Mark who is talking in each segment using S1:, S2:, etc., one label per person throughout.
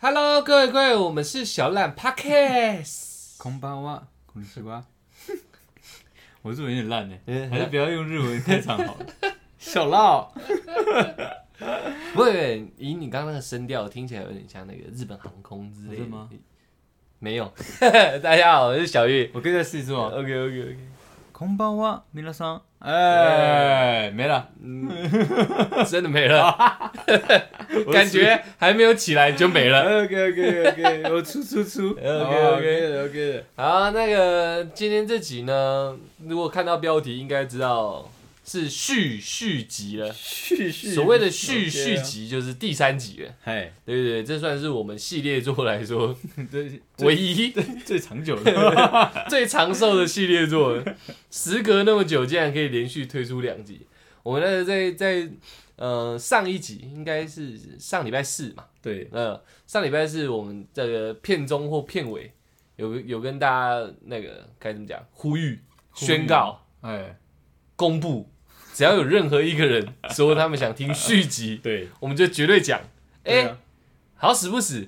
S1: Hello，各位各位，我们是小懒 Podcast。
S2: 空巴哇，空西哇。我日文有点烂呢
S1: 嗯，
S2: 还是不要用日文开场好了。
S1: 小浪，不会，以你刚刚那个声调，听起来有点像那个日本航空之类的
S2: 哦是吗？
S1: 没有， 大家好，我是小玉。
S2: 我可以再试一次吗？
S1: OK OK OK，
S2: 空巴哇，米拉桑。哎，没了，
S1: 真的没
S2: 啊
S1: 了， 感觉还没有起来就没了。
S2: OK OK OK，我出出出。
S1: OK，OK
S2: OK
S1: 好，那个今天这集呢，如果看到标题，应该知道是续续集了。
S2: 续续哦啊
S1: 所谓的续续，集就是第三集了，
S2: 哎，
S1: 对对对，这算是我们系列作来说
S2: 对，
S1: 唯一
S2: 最长久的。
S1: 最长寿的系列作了。时隔那么久，竟然可以连续推出两集。我们那个在在呃上一集应该是上礼拜四嘛，
S2: 对，
S1: 呃，上礼拜是我们这个片中或片尾有有跟大家那个该怎么讲呼吁、
S2: 呼吁
S1: 宣告、
S2: 哎，
S1: 公布，只要有任何一个人说他们想听续集，
S2: 对，
S1: 我们就绝对讲。哎、
S2: 对啊，
S1: 好死不死，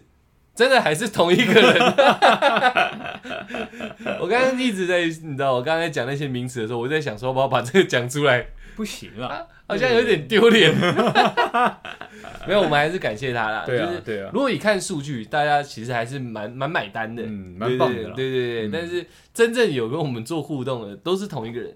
S1: 真的还是同一个 人。我刚刚一直在，你知道，我刚才讲那些名词的时候，我在想说，我要把这个讲出来，
S2: 不行了。
S1: 好像有点丢脸。 没有，我们还是感谢他啦。
S2: 对啊
S1: 就是
S2: 对啊
S1: 如果你看数据，大家其实还是蛮蛮买单的，
S2: 嗯蛮棒的啦
S1: 对对对对对。
S2: 嗯
S1: 但是真正有跟我们做互动的，都是同一个人。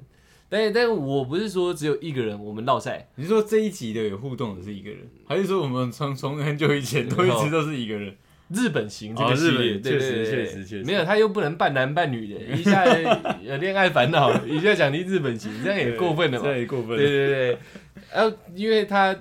S1: 但但我不是说只有一个人，我们绕赛，
S2: 你是说这一集的有互动的是一个人，还是说我们从从很久以前都一直都是一个人？
S1: 日本行这
S2: 哦
S1: 个系列，
S2: 日本
S1: 对对
S2: 确实
S1: 对对
S2: 确实确实
S1: 没有他又不能半男半女的，一下呃恋爱烦恼， 一下讲你日本行，这样也过分了嘛
S2: 这？样也过
S1: 对
S2: 分
S1: 对对，然后因为他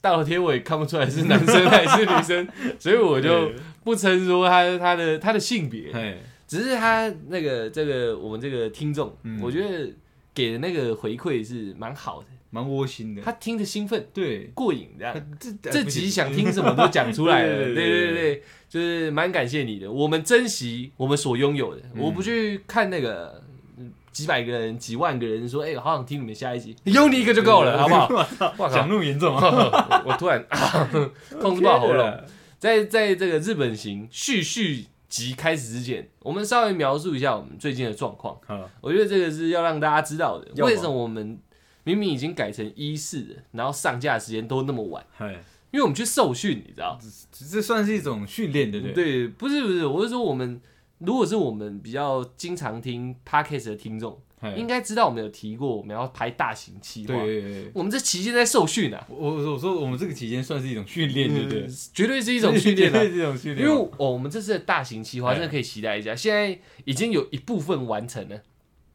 S1: 大头贴我也看不出来是男生还是女 生，所以我就不称说他他的他的性别，
S2: 哎，
S1: 只是他那个这个我们这个听众，
S2: 嗯
S1: 我觉得给的那个回馈是蛮好的，
S2: 蛮窝心的。
S1: 他听着兴奋
S2: 对，
S1: 过瘾这样
S2: 他。这
S1: 啊
S2: 哎
S1: 这
S2: 不行
S1: 集想听什么都讲出来了， 对
S2: 对对对
S1: 对对，就是蛮感谢你的，我们珍惜我们所拥有的，我不去看那个嗯几百个人、几万个人说，哎、好想听你们下一集，有你一个就够了，好不好？我靠
S2: 讲那么严重啊？ 啊
S1: 我突然、控制不好 喉咙，
S2: OK 的。
S1: 在啊在这个日本行续续集开始之前，我们稍微描述一下我们最近的状况。
S2: 好，
S1: 我觉得这个是要让大家知道的，
S2: 要吗
S1: 为什么我们明明已经改成一四了，然后上架的时间都那么晚？
S2: 哎，
S1: 因为我们去受训，你知道？
S2: 这这算是一种训练，对不对？
S1: 对，不是不是，我是说我们如果是我们比较经常听 podcast 的听众，
S2: 哎
S1: 应该知道我们有提过我们要拍大型企划
S2: 对。对对。对
S1: 我们这期间在受训啊，嗯
S2: 我我我说我们这个期间算是一种训练，对不对？
S1: 绝对是一种训练啊
S2: 对。对对这种训
S1: 因
S2: 练
S1: 为
S2: 嘛。
S1: 哦，我们这次的大型企划
S2: 哎
S1: 真的可以期待一下，现在已经有一部分完成了，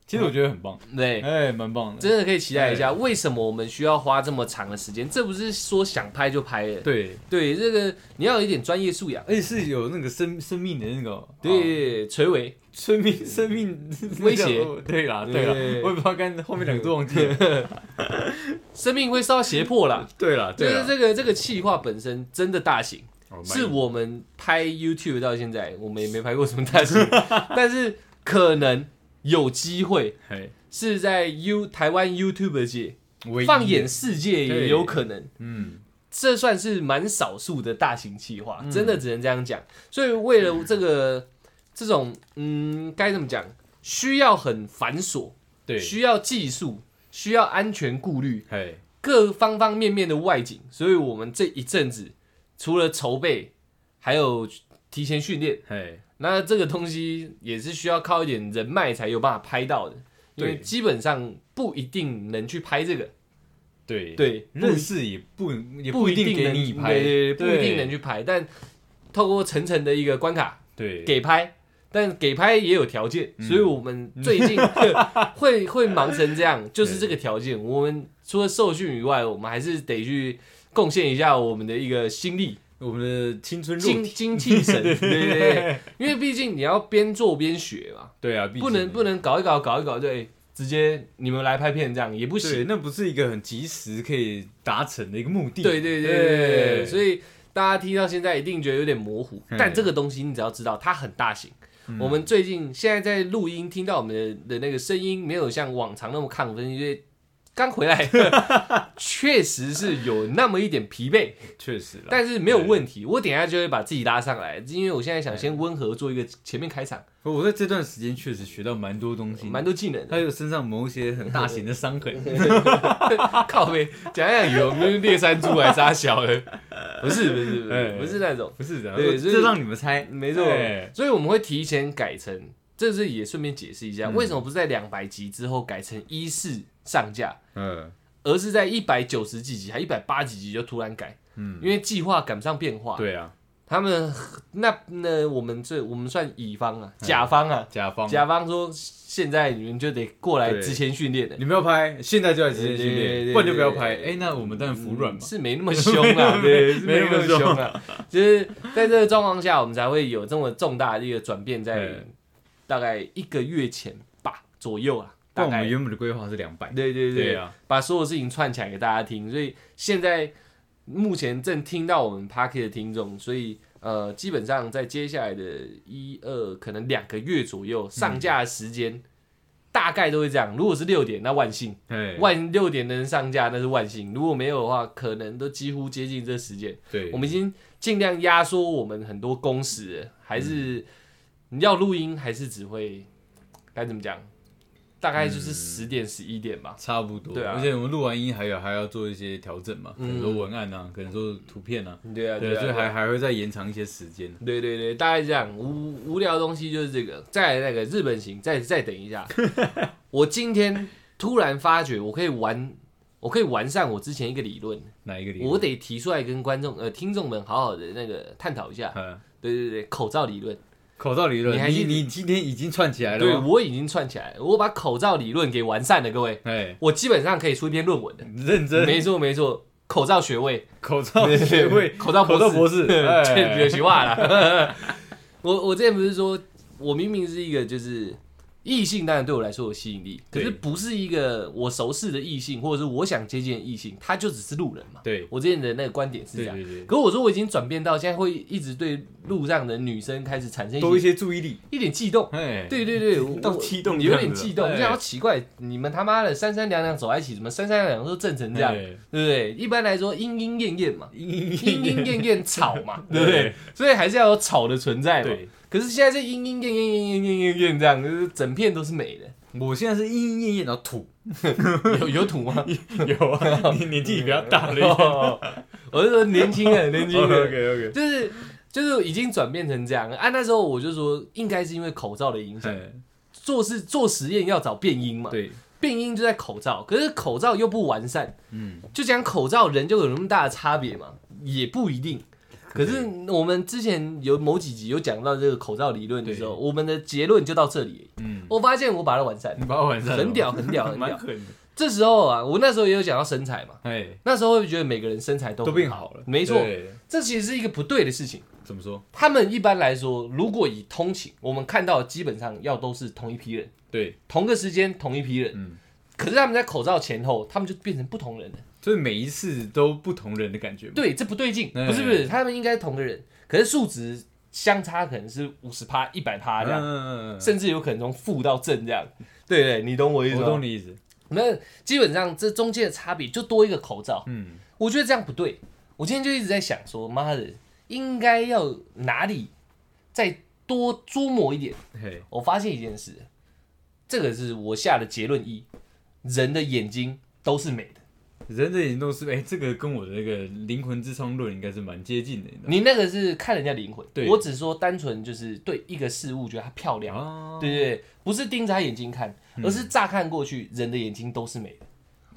S2: 其实我觉得很棒，
S1: 对，
S2: 哎，蛮棒的。
S1: 真的可以期待一下。为什么我们需要花这么长的时间？这不是说想拍就拍的，
S2: 对，
S1: 对，这个你要有一点专业素养。
S2: 而且是有那个生生命的那个啊
S1: 对，垂危，
S2: 生命 生命
S1: 威胁。
S2: 对啦对啦，
S1: 对
S2: 我也不知道该后面两个都忘记了。
S1: 生命会受到胁迫啦。
S2: 对啦
S1: 就
S2: 对啊
S1: 是
S2: 啦，
S1: 这个这个企划本身真的大型，
S2: 哦
S1: 是我们拍 YouTube 到现在，我们也没拍过什么大 型，但是可能有机会
S2: 蛮哎
S1: 是在 U 台湾 YouTube 界
S2: 唯一
S1: 放眼世界也
S2: 对
S1: 有可能，
S2: 嗯
S1: 这算是蛮少数的大型企划，真的只能这样讲。所以为了这个这种嗯该怎么讲，需要很繁琐，
S2: 对
S1: 需要技术，需要安全顾虑，
S2: 哎
S1: 各方方面面的外景，所以我们这一阵子除了筹备，还有提前训练。
S2: 哎
S1: 那这个东西也是需要靠一点人脉才有办法拍到的，因为
S2: 对
S1: 基本上不一定能去拍这个。
S2: 对
S1: 对，
S2: 认识也不也
S1: 不
S2: 一定给
S1: 能
S2: 你拍，
S1: 对对对，不一定能
S2: 对
S1: 去拍，但透过层层的一个关卡
S2: 对
S1: 给拍。但给拍也有条件，
S2: 嗯
S1: 所以我们最 近会会忙成这样，就是这个条
S2: 嗯
S1: 件。我们除了受训以外，我们还是得去贡献一下我们的一个心力、
S2: 我们的青春肉
S1: 精
S2: 体。
S1: 精气 神，对对对。因为毕竟你要边做边学嘛，
S2: 对啊，毕
S1: 不
S2: 竟
S1: 能不能搞一搞搞一搞就哎直接你们来拍片这样也不行
S2: 对，。那不是一个很及时可以达成的一个目的。
S1: 对对对对对对对，所
S2: 以
S1: 以大家听到现在一定觉得有点模糊，
S2: 嗯
S1: 但这个东西你只要知道它很大型。我们最近现在在录音，听到我们的的那个声音没有像往常那么亢奋，因为刚回来， 确实是有那么一点疲惫，
S2: 确实了。
S1: 但是没有问题，我等一下就会把自己拉上来，因为我现在想先温和做一个前面开场，
S2: 不过我在这段时间确实学到蛮多东西，
S1: 蛮多技能的。
S2: 还有身上某一些很大型的伤痕。
S1: 靠背，讲一讲有没有猎山猪还杀小的？ 不是不是不
S2: 哎
S1: 是不是那种，
S2: 不是的，
S1: 对所以
S2: 这让你们猜，
S1: 没错
S2: 哎。
S1: 所以我们会提前改成，这是也顺便解释一
S2: 嗯
S1: 下，为什么不是在两百集之后改成一四上架，
S2: 嗯，
S1: 而是在一百九十几集还一百八几集就突然改？
S2: 嗯
S1: 因为计划赶不上变化。
S2: 对啊，
S1: 他们那那我们这我们算乙方啊，甲方啊，
S2: 甲哎方，
S1: 甲方说现在你们就得过来
S2: 对
S1: 之前训练的，
S2: 你们要拍，现在就要直接训
S1: 对对
S2: 练，
S1: 对
S2: 不然就不要
S1: 对
S2: 拍。哎，那我们当然服软嘛。
S1: 嗯是没那么凶 啊，对，是
S2: 没
S1: 没
S2: 那
S1: 那
S2: 么
S1: 么
S2: 凶
S1: 凶啊。就是在这个状况下，我们才会有这么重大的一个转变，在
S2: 对
S1: 大概一个月前吧左右啊，大
S2: 但我们
S1: 概
S2: 原本的规划是两百。
S1: 对对
S2: 对
S1: 对，
S2: 啊，
S1: 把所有事情串起来给大家听。所以现在目前正听到我们 p a r k 的听众，所以呃，基本上在接下来的一二可能两个月左右上架的时间。大概都会这样，如果是六点，那万幸，
S2: 哎，
S1: 万六点能上架那是万幸，如果没有的话，可能都几乎接近这时间。
S2: 对，
S1: 我们已经尽量压缩我们很多工时了，还是、你要录音，还是只会该怎么讲？大概就是十点十一点吧。
S2: 差不多。
S1: 对啊嗯
S2: 而且我们录完音还有还要做一些调整嘛，可能说文案啊，可能说图片啊，
S1: 对啊，
S2: 对，所
S1: 啊
S2: 以，还还会再延长一些时间。
S1: 对对对，大概这样。无无聊的东西就是这个。再来那个日本行，再再等一下。 我今天突然发觉，我可以玩，我可以完善我之前一个理论，
S2: 哪一个礼
S1: 我得提出来跟观众呃听众们好好的那个探讨一下。
S2: 嗯，
S1: 对对对，口罩理论。
S2: 口罩理论，
S1: 你还
S2: 你
S1: 记得
S2: 你今天已经串起来
S1: 对，
S2: 了吗？
S1: 我已经串起来了，我把口罩理论给完善了，各位，
S2: 哎，
S1: 我基本上可以出一篇论文的。
S2: 认真，
S1: 没错没错，口罩学位，
S2: 口罩学位，
S1: 口罩博
S2: 口
S1: 士，
S2: 罩博士，哎
S1: 这别学话了。 我我之前不是说，我明明是一个就是异性，当然对我来说有吸引力，可是
S2: 对
S1: 不是一个我熟识的异性，或者是我想接近的异性，他就只是路人嘛。
S2: 对
S1: 我之前的那个观点是这
S2: 对
S1: 样。
S2: 对对，
S1: 可我说我已经转变到现在会一直对路上的女生开始产生
S2: 多
S1: 一
S2: 一
S1: 些
S2: 些注意力，
S1: 一点悸动，
S2: 哎，
S1: 对对 对，我
S2: 到激动这
S1: 有
S2: 样
S1: 点
S2: 子
S1: 激动。
S2: 哎
S1: 我想要奇怪，你们他妈的三三两两走在一起，怎么三三两两都正成这样，
S2: 哎
S1: 对不对？一般来说，莺莺燕燕 嘛，
S2: 阴
S1: 莺莺燕燕吵嘛，对不
S2: 对
S1: 对？所以还是要有吵的存在嘛。
S2: 对，
S1: 可是现在是莺莺燕燕燕燕燕燕燕这样，就是整片都是美的。
S2: 我现在是莺莺燕燕，然后吐，
S1: 有有土 吗？
S2: 有啊，你年纪比较大了一点
S1: 哦我是说年轻人，年 轻人，
S2: ，OK OK，
S1: 就是就是已经转变成这样。啊，那时候我就说，应该是因为口罩的影响，
S2: 哎，
S1: 做事做实验要找变音嘛。
S2: 对，
S1: 变音就在口罩，可是口罩又不完善，
S2: 嗯，
S1: 就讲口罩人就有那么大的差别嘛？也不一定。可是我们之前有某几集有讲到这个口罩理论的时候，我们的结论就到这里。
S2: 嗯，
S1: 我发现我把它完善，
S2: 你把我晚上
S1: 很，屌，很屌，很
S2: 蛮
S1: 屌。
S2: 狠的，
S1: 这时候啊，我那时候也有讲到身材嘛，
S2: 哎，
S1: 那时候会觉得每个人身材都
S2: 都
S1: 很
S2: 变好了，
S1: 没错，
S2: 对
S1: 这其实是一个不对的事情。
S2: 怎么说？
S1: 他们一般来说，如果以通勤，我们看到基本上要都是同一批人，
S2: 对，
S1: 同个时间同一批人。
S2: 嗯
S1: 可是他们在口罩前后，他们就变成不同人了。
S2: 所以每一次都不同人的感觉嘛，
S1: 对，这不对劲，
S2: 哎
S1: 不是不是，他们应该是同个人，可是数值相差可能是五十趴、一百趴这样，
S2: 嗯，
S1: 甚至有可能从负到正这样。对对，你懂我意思
S2: 我
S1: 吗
S2: 懂？你意思，
S1: 那基本上这中间的差别就多一个口罩，
S2: 嗯，
S1: 我觉得这样不对。我今天就一直在想说，妈的，应该要哪里再多琢磨一点。
S2: 嘿，
S1: 我发现一件事，这个是我下的结论一：人的眼睛都是美
S2: 啊
S1: 的。
S2: 人的眼动是，哎，这个跟我的那个灵魂之窗论应该是蛮接近的，你知道吗
S1: 你那个是看人家灵魂，
S2: 对
S1: 我只说单纯就是对一个事物觉得它漂亮，
S2: 啊，
S1: 对对对，不是盯着他眼睛看，
S2: 嗯
S1: 而是乍看过去，人的眼睛都是美的。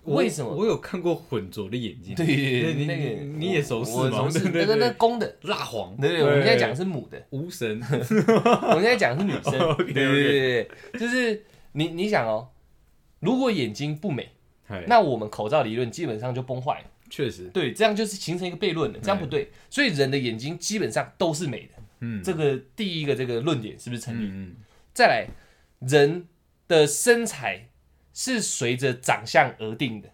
S2: 我
S1: 为什么
S2: 我有看过混浊的眼睛，
S1: 对对对，
S2: 你
S1: 那个
S2: 你你也熟识
S1: 我我
S2: 嘛
S1: 熟识，
S2: 对对
S1: 那个那
S2: 对
S1: 公的，
S2: 蜡黄，
S1: 对对，我们现在讲的是母 的，
S2: 无神，
S1: 我们现在讲的是女生，对
S2: 哦 OK，OK
S1: 对对对对，就是你你想哦，如果眼睛不美，
S2: 嘿
S1: 那我们口罩理论基本上就崩坏了，
S2: 确实，
S1: 对，这样就是形成一个悖论了，
S2: 哎
S1: 这样不对，所以人的眼睛基本上都是美的，
S2: 嗯，
S1: 这个第一个这个论点是不是成立？
S2: 嗯嗯，
S1: 再来，人的身材是随着长相而定的。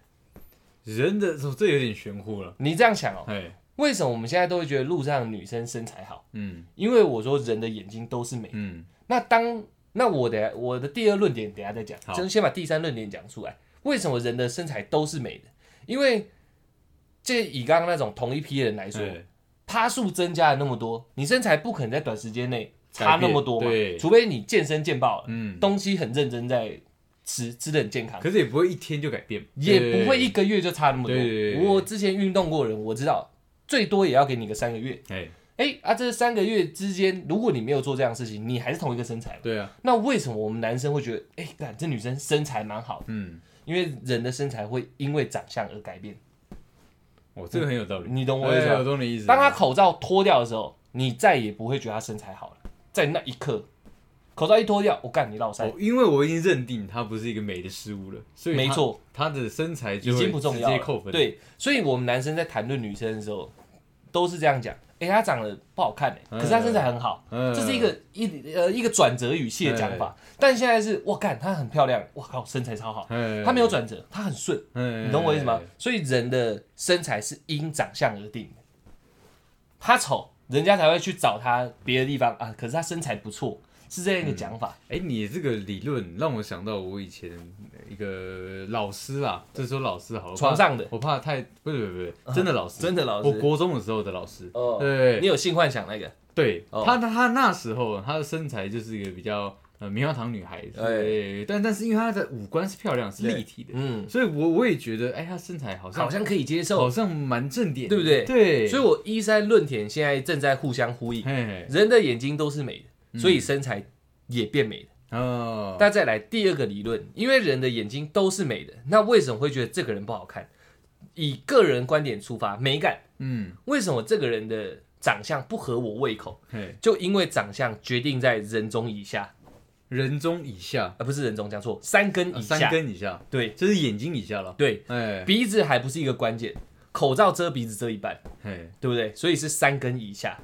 S2: 人的哦这有点玄乎了，
S1: 你这样想哦，
S2: 哎，
S1: 为什么我们现在都会觉得路上的女生身材好？
S2: 嗯
S1: 因为我说人的眼睛都是美。
S2: 嗯，
S1: 那当那我的我的第二论点等一下再讲
S2: 好，
S1: 就先把第三论点讲出来。为什么人的身材都是美的？因为这以刚刚那种同一批人来说，
S2: 哎
S1: 趴数增加了那么多，你身材不可能在短时间内差那么多嘛
S2: 改变，对
S1: 除非你健身健爆了，
S2: 嗯，
S1: 东西很认真在吃，吃的很健康，
S2: 可是也不会一天就改变，
S1: 也不会一个月就差那么多。
S2: 对对对对
S1: 我之前运动过的人，我知道最多也要给你个三个月。
S2: 对，哎，
S1: 哎啊，这三个月之间，如果你没有做这样的事情，你还是同一个身材嘛。
S2: 对啊，
S1: 那为什么我们男生会觉得，哎、干这女生身材蛮好的？
S2: 嗯，
S1: 因为人的身材会因为长相而改变，
S2: 我哦这个很有道理，
S1: 你懂我意思
S2: 哎我
S1: 吗？
S2: 懂你意思，
S1: 当他口罩脱掉的时候，你再也不会觉得他身材好了，在那一刻，口罩一脱掉，我、干你老三，
S2: 哦，因为我已经认定它不是一个美的事物了，所以它
S1: 没，错，
S2: 它的身材
S1: 已
S2: 就会
S1: 经不重要
S2: 直
S1: 了
S2: 接扣分，，
S1: 对，所以我们男生在谈论女生的时候，都是这样讲，哎、她长得不好看、欸，
S2: 嗯
S1: 可是她身材很好。
S2: 嗯
S1: 这是一个一呃一个转折语气的讲法，但现在是哇干，她很漂亮，哇靠，身材超好，
S2: 哎
S1: 她没有，转折，她很顺，
S2: 你
S1: 你懂我意思吗？？所以人的身材是因长相而定的，他丑，人家才会去找他别的地方啊。可是他身材不错，是这样一个讲法。
S2: 哎，你这个理论让我想到我以前一个老师啦，这时候老师好，我怕
S1: 床上的啊
S2: 我怕太不是不是不是，真的老师，
S1: 的老
S2: 我国中的时候的老师，
S1: 哦
S2: 对
S1: 你有性幻想那个？
S2: 对，
S1: 哦
S2: 他他他那时候啊他的身材就是一个比较呃棉花糖女孩子，
S1: 哎
S2: 对，但但是因为她的五官是漂亮是立体的，
S1: 嗯，
S2: 所以我我也觉得哎，她身材好像
S1: 好像可以接
S2: 好
S1: 受，
S2: 像蛮正点的，
S1: 对不对
S2: 对，
S1: 所以我依山论田，现在正在互相呼应。
S2: 嘿 嘿，
S1: 人的眼睛都是美的，所以身材也变美的。
S2: 哦，
S1: 那再来第二个理论，因为人的眼睛都是美的，那为什么会觉得这个人不好看？以个人观点出发，美感。
S2: 嗯，
S1: 为什么这个人的长相不合我胃口？
S2: 嘿，
S1: 就因为长相决定在人中以下，呃
S2: 人中以下，
S1: 而、不是人中，讲错，三根
S2: 啊
S1: 以
S2: 三
S1: 下。
S2: 根以下，
S1: 对
S2: 就是眼睛以下了，
S1: 对，
S2: 哎
S1: 鼻子还不是一个关键，口罩遮鼻子遮一半，
S2: 嘿
S1: 对不对？所以是三根以下，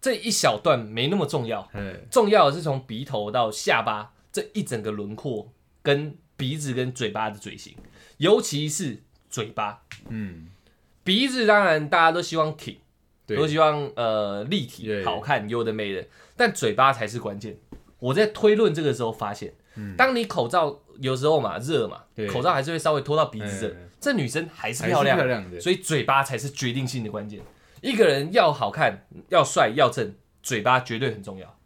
S1: 这一小段没那么重要，
S2: 嘿，
S1: 重要的是从鼻头到下巴这一整个轮廓，跟鼻子跟嘴巴的嘴型，尤其是嘴巴。
S2: 嗯，
S1: 鼻子当然大家都希望挺，
S2: 对
S1: 都希望呃立
S2: 对
S1: 体、好看、有的没的，但嘴巴才是关键。我在推论这个时候发现，当你口罩有时候嘛热嘛
S2: 嗯对，
S1: 口罩还是会稍微拖到鼻子
S2: 嗯
S1: 这，这女生还是
S2: 还是
S1: 漂亮，
S2: 漂亮的
S1: 所以嘴巴才是决定性的关键。一个人要好看、要帅、要正，嘴巴绝对很重要。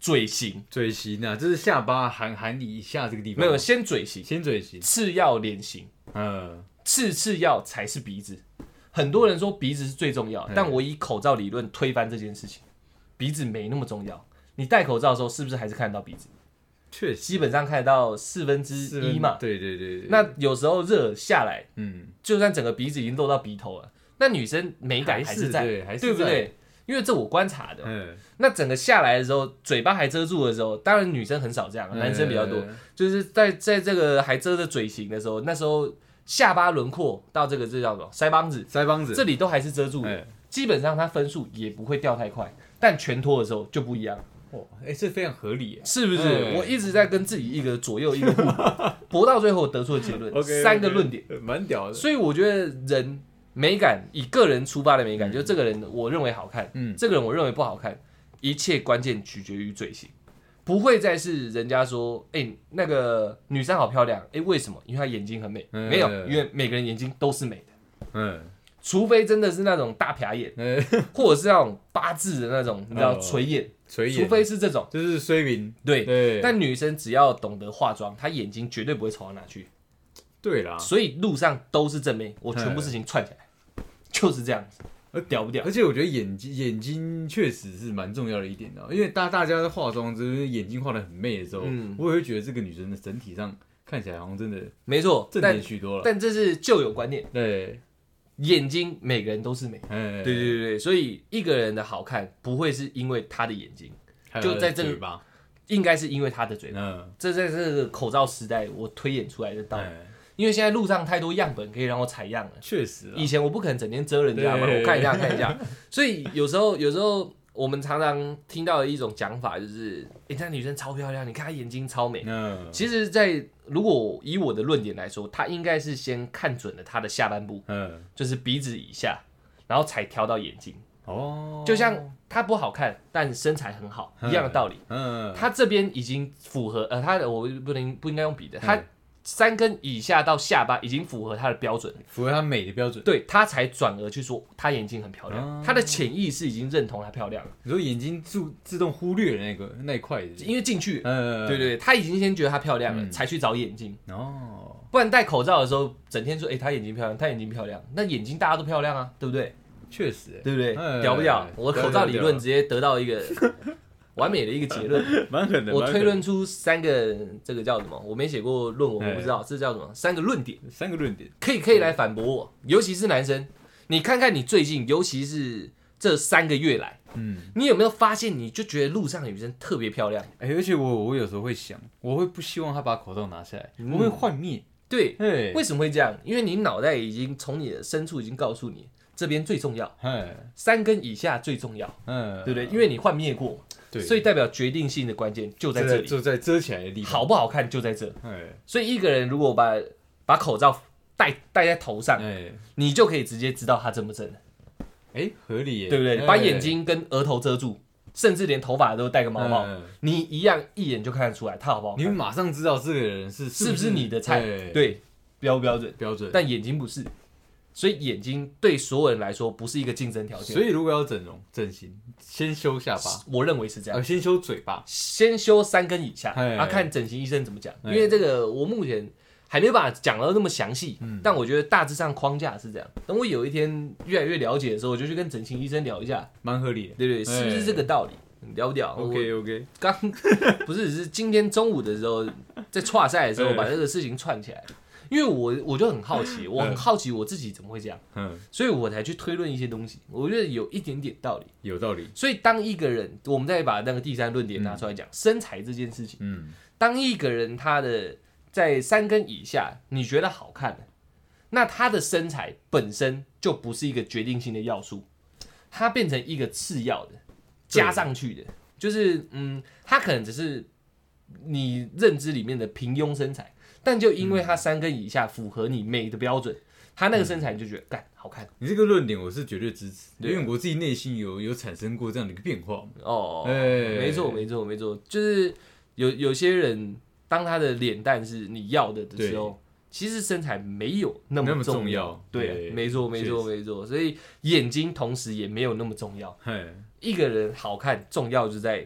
S1: 嘴型
S2: 嘴型啊，就是下巴含含你以下这个地方，
S1: 没有先嘴型，
S2: 先嘴型，
S1: 次要脸型。
S2: 嗯，
S1: 次次要才是鼻子。很多人说鼻子是最重要，但我以口罩理论推翻这件事情，鼻子没那么重要。你戴口罩的时候，是不是还是看得到鼻子？
S2: 确实
S1: 基本上看得到四分之
S2: 是啊
S1: 一嘛。
S2: 对对对对，
S1: 那有时候热下来，
S2: 嗯，
S1: 就算整个鼻子已经露到鼻头了，那女生美感
S2: 还
S1: 还
S2: 是
S1: 是在，哎
S2: 对还是
S1: 对不
S2: 在
S1: 对？因为这我观察的，
S2: 嗯，
S1: 那整个下来的时候，嘴巴还遮住的时候，当然女生很少这样，哦男生比较多。
S2: 嗯
S1: 就是在在这个还遮着嘴型的时候，那时候下巴轮廓到这个这叫什么腮帮子，
S2: 腮帮子，
S1: 这里都还是遮住的，
S2: 哎
S1: 基本上它分数也不会掉太快。但全脱的时候就不一样，
S2: 哇，哎，这非常合理耶，
S1: 是不是？
S2: 哎
S1: 我一直在跟自己一个左右一个互 搏，搏到最后得出的结论
S2: OK，
S1: 三个论点。
S2: 呃蛮屌的，
S1: 所以我觉得人美感以个人出发的美感，就这个人我认为好看，
S2: 嗯
S1: 这个人我认为不好看，一切关键取决于嘴型，不会再是人家说，哎、那个女生好漂亮，哎、为什么？因为她眼睛很美，
S2: 嗯
S1: 没有，因为每个人眼睛都是美的，
S2: 嗯，
S1: 除非真的是那种大撇眼，
S2: 哎
S1: 或者是那种八字的那种，你知道
S2: 哦
S1: 垂眼，
S2: 垂眼，
S1: 除非是这种，
S2: 就是虽明，
S1: 对。
S2: 对，
S1: 但女生只要懂得化妆，她眼睛绝对不会丑到哪去，
S2: 对啦，
S1: 所以路上都是正妹，我全部事情串起来，就是这样子
S2: 呃，
S1: 屌不屌？
S2: 而且我觉得眼睛眼睛确实是蛮重要的一点的哦，因为大大家在化妆，就是眼睛画的很媚的时候，
S1: 嗯
S2: 我也会觉得这个女生的整体上看起来好像真的
S1: 没错，
S2: 正
S1: 但
S2: 点许多了。
S1: 但这是旧有观念，
S2: 对，
S1: 眼睛每个人都是美。
S2: 哎，
S1: 对对对对，所以一个人的好看不会是因为他的眼睛，
S2: 还有
S1: 就在
S2: 她的
S1: 这个
S2: 嘴巴，
S1: 应该是因为他的嘴巴。
S2: 嗯，
S1: 这在这个口罩时代，我推演出来的道理。
S2: 哎
S1: 因为现在路上太多样本可以让我采样了。
S2: 确实啊
S1: 以，前我不可能整天遮人家嘛，
S2: 对
S1: 我看一下看一 下。所以有时候有时候我们常常听到的一种讲法就是，诶，那女生超漂亮，你看她眼睛超美。
S2: 嗯，
S1: 其实在，如果以我的论点来说，她应该是先看准了她的下半部，
S2: 嗯，
S1: 就是鼻子以下，然后才挑到眼睛。
S2: 哦，
S1: 就像她不好看，但身材很好一样的道理。
S2: 嗯，嗯
S1: 她这边已经符合呃，她的我不能不应该用比的，她三根以下到下巴已经符合他的标准了，
S2: 符合他美的标准。
S1: 对他才转而去说他眼睛很漂亮，
S2: 哦
S1: 他的潜意识已经认同她漂亮了，
S2: 你说眼睛自自动忽略了那个那一块是不是，
S1: 因为进去，
S2: 呃，
S1: 对对对，他已经先觉得她漂亮了，
S2: 嗯
S1: 才去找眼睛。
S2: 对，哦，
S1: 不然戴口罩的时候，整天说哎、她眼睛漂亮，她眼睛漂亮，那眼睛大家都漂亮啊，对不对？
S2: 确实，
S1: 对不对？
S2: 哎
S1: 屌不屌？我的口罩理论
S2: 屌屌
S1: 直接得到一 个完美的一个结论。
S2: 蛮狠的，
S1: 我
S2: 蛮狠
S1: 推
S2: 的
S1: 论出三个，这个叫什么？我没写过论文，我不知
S2: 哎
S1: 道这叫什么。三个论点，
S2: 三个论点，
S1: 可以可以来反驳我，尤其是男生，你看看你最近，尤其是这三个月来，
S2: 嗯，
S1: 你有没有发现，你就觉得路上的女生特别漂亮？
S2: 哎，而且我我有时候会想，我会不希望他把口罩拿下来，我会幻灭，
S1: 对，
S2: 哎，
S1: 为什嗯么会这样？因为你脑袋已经从你的深处已经告诉你，这边最重要，
S2: 哎，
S1: 三根以下最重要，
S2: 嗯，
S1: 对不对？因为你幻灭过，
S2: 对，
S1: 所以代表决定性的关键就在
S2: 就
S1: 这
S2: 在
S1: 里，
S2: 就在遮起来的地方，
S1: 好不好看就在这。
S2: 哎
S1: 所以一个人如果把把口罩戴戴在头上，
S2: 哎
S1: 你就可以直接知道他正不正，
S2: 哎，合理耶，
S1: 对不对？
S2: 哎
S1: 把眼睛跟额头遮住，甚至连头发都戴个毛毛，
S2: 嗯
S1: 你一样一眼就看得出来他好不好
S2: 你
S1: 看，
S2: 会马上知道这个人是
S1: 是不是你的菜？
S2: 哎，
S1: 对，标不标准？
S2: 标准。
S1: 但眼睛不是，所以眼睛对所有人来说不是一个竞争条件
S2: 所。以如果要整容整形，先修下巴，
S1: 我认为是啊这样
S2: 呃，，先修嘴巴，
S1: 先修三根以下，
S2: 哎
S1: 啊，看整形医生怎么讲。因
S2: 哎
S1: 为这个我目前还没办法讲到那么详细，
S2: 嗯
S1: 但我觉得大致上框架是这样。等我有一天越来越了解的时候，我就去跟整形医生聊一下，
S2: 蛮合理的。
S1: 对不对？
S2: 哎
S1: 是不是这个道理？你了不了
S2: OK OK，
S1: 我刚不是是今天中午的时候，在串赛的时候
S2: 哎
S1: 把这个事情串起来，因为我我就很好奇，我很好奇我自己怎么会这样，
S2: 嗯，
S1: 所以我才去推论一些东西，我觉得有一点点道理。
S2: 有道理。
S1: 所以当一个人，我们再把那个第三论点拿出来讲，身材这件事情。
S2: 嗯，
S1: 当一个人他的在三根以下，你觉得好看，那他的身材本身就不是一个决定性的要素，它变成一个次要的加上去的，就是嗯，他可能只是你认知里面的平庸身材，但就因为他三根以下符合你美的标准，他那个身材你就觉得干好看
S2: 你这个论点我是绝对支持，
S1: 啊
S2: 因为我自己内心有有产生过这样的一个变化嘛。
S1: 哦，
S2: 哎
S1: 没错没错没错，就是有有些人当他的脸蛋是你要的的时候，其实身材没有那
S2: 那
S1: 么
S2: 么
S1: 重
S2: 重要
S1: 对，
S2: 对
S1: 没错没错没错，所以眼睛同时也没有那么重要。
S2: 嘿
S1: 一个人好看，重要就在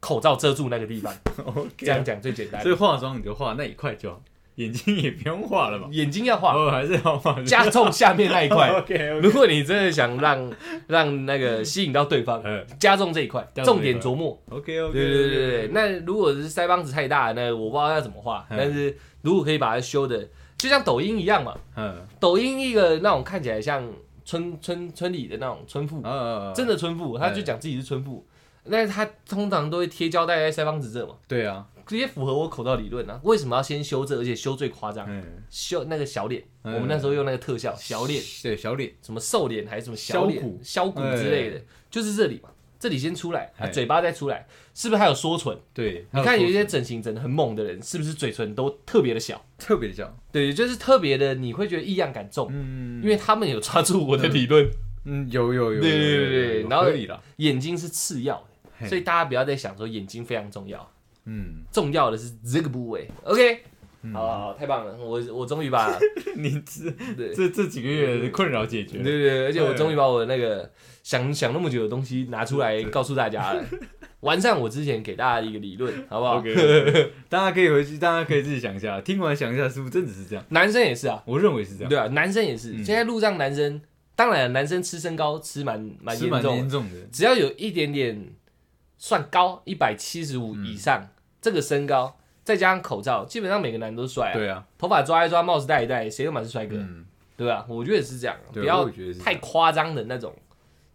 S1: 口罩遮住那个地 方，这
S2: ，OK，
S1: 样讲最简单
S2: 啊所。以化妆你就画那一块就好，眼睛也不用画了嘛。
S1: 眼睛要画，
S2: 哦，还是要画
S1: 加重下面那一 块。
S2: OK OK，
S1: 如果你真的想让让那个吸引到对 方，
S2: 嗯
S1: 加重这一块，
S2: 加重
S1: 重
S2: 这一
S1: 点
S2: 块
S1: 琢磨。
S2: OK OK，
S1: 对对对对，对，那如果是腮帮子太大，那我不知道要怎么画，
S2: 嗯
S1: 但是如果可以把它修的，就像抖音一样嘛，
S2: 嗯
S1: 抖音一个那种看起来像村村村里的那种村妇，
S2: 啊，
S1: 真
S2: 的
S1: 的村妇，他就讲自己是村妇，那他通常都会贴胶带在腮帮子这嘛，
S2: 对啊，
S1: 这也符合我口罩理论啊。为什么要先修这，而且修最夸张？
S2: 嗯，
S1: 修那个小脸，我
S2: 嗯
S1: 们那时候用那个特效小脸，
S2: 对小脸，
S1: 什么瘦脸还是什么小
S2: 削
S1: 脸
S2: 骨、
S1: 削骨之类的，就是这里嘛，这里先出来，啊
S2: 哎
S1: 嘴巴再出来，是不是还有缩唇？
S2: 对，
S1: 你看有一些整形整的很猛的人，是不是嘴唇都特别的小？
S2: 特别的像，
S1: 对，就是特别的，你会觉得异样感重，
S2: 嗯
S1: 因为他们有抓住我的理 论，
S2: 嗯，有有有，
S1: 对对
S2: 有有
S1: 对对
S2: 有
S1: 然后
S2: 合理了，
S1: 眼睛是次要的，
S2: 嘿
S1: 所以大家不要再想说眼睛非常重要，
S2: 嗯，
S1: 重要的是这个部位。OK，好好好，太棒了，我我终于把
S2: 你这
S1: 对
S2: 这这几个月的困扰解
S1: 对
S2: 决了，
S1: 对对，而且我终于把我那个想想那么久的东西拿出来告诉大家 了，完善我之前给大家的一个理论，好不好？
S2: OK，大家可以回去，大家可以自己想一下，听完想一下是不是真的是这样？
S1: 男生也是啊，
S2: 我认为是这样，
S1: 对啊，男生也是，
S2: 嗯
S1: 现在路上男生，当然男生吃身高吃蛮蛮
S2: 是
S1: 严
S2: 蛮
S1: 重的
S2: 严，重的，
S1: 只要有一点点算高，一百七十
S2: 嗯
S1: 五以上、这个身高，再加上口罩，基本上每个男都帅啊，
S2: 对啊，
S1: 头发抓一抓，帽子戴一戴，谁都满是帅哥，
S2: 嗯，
S1: 对吧、我觉得是这样，啊
S2: 对
S1: 不要
S2: 我也觉得是这样
S1: 太夸张的那种。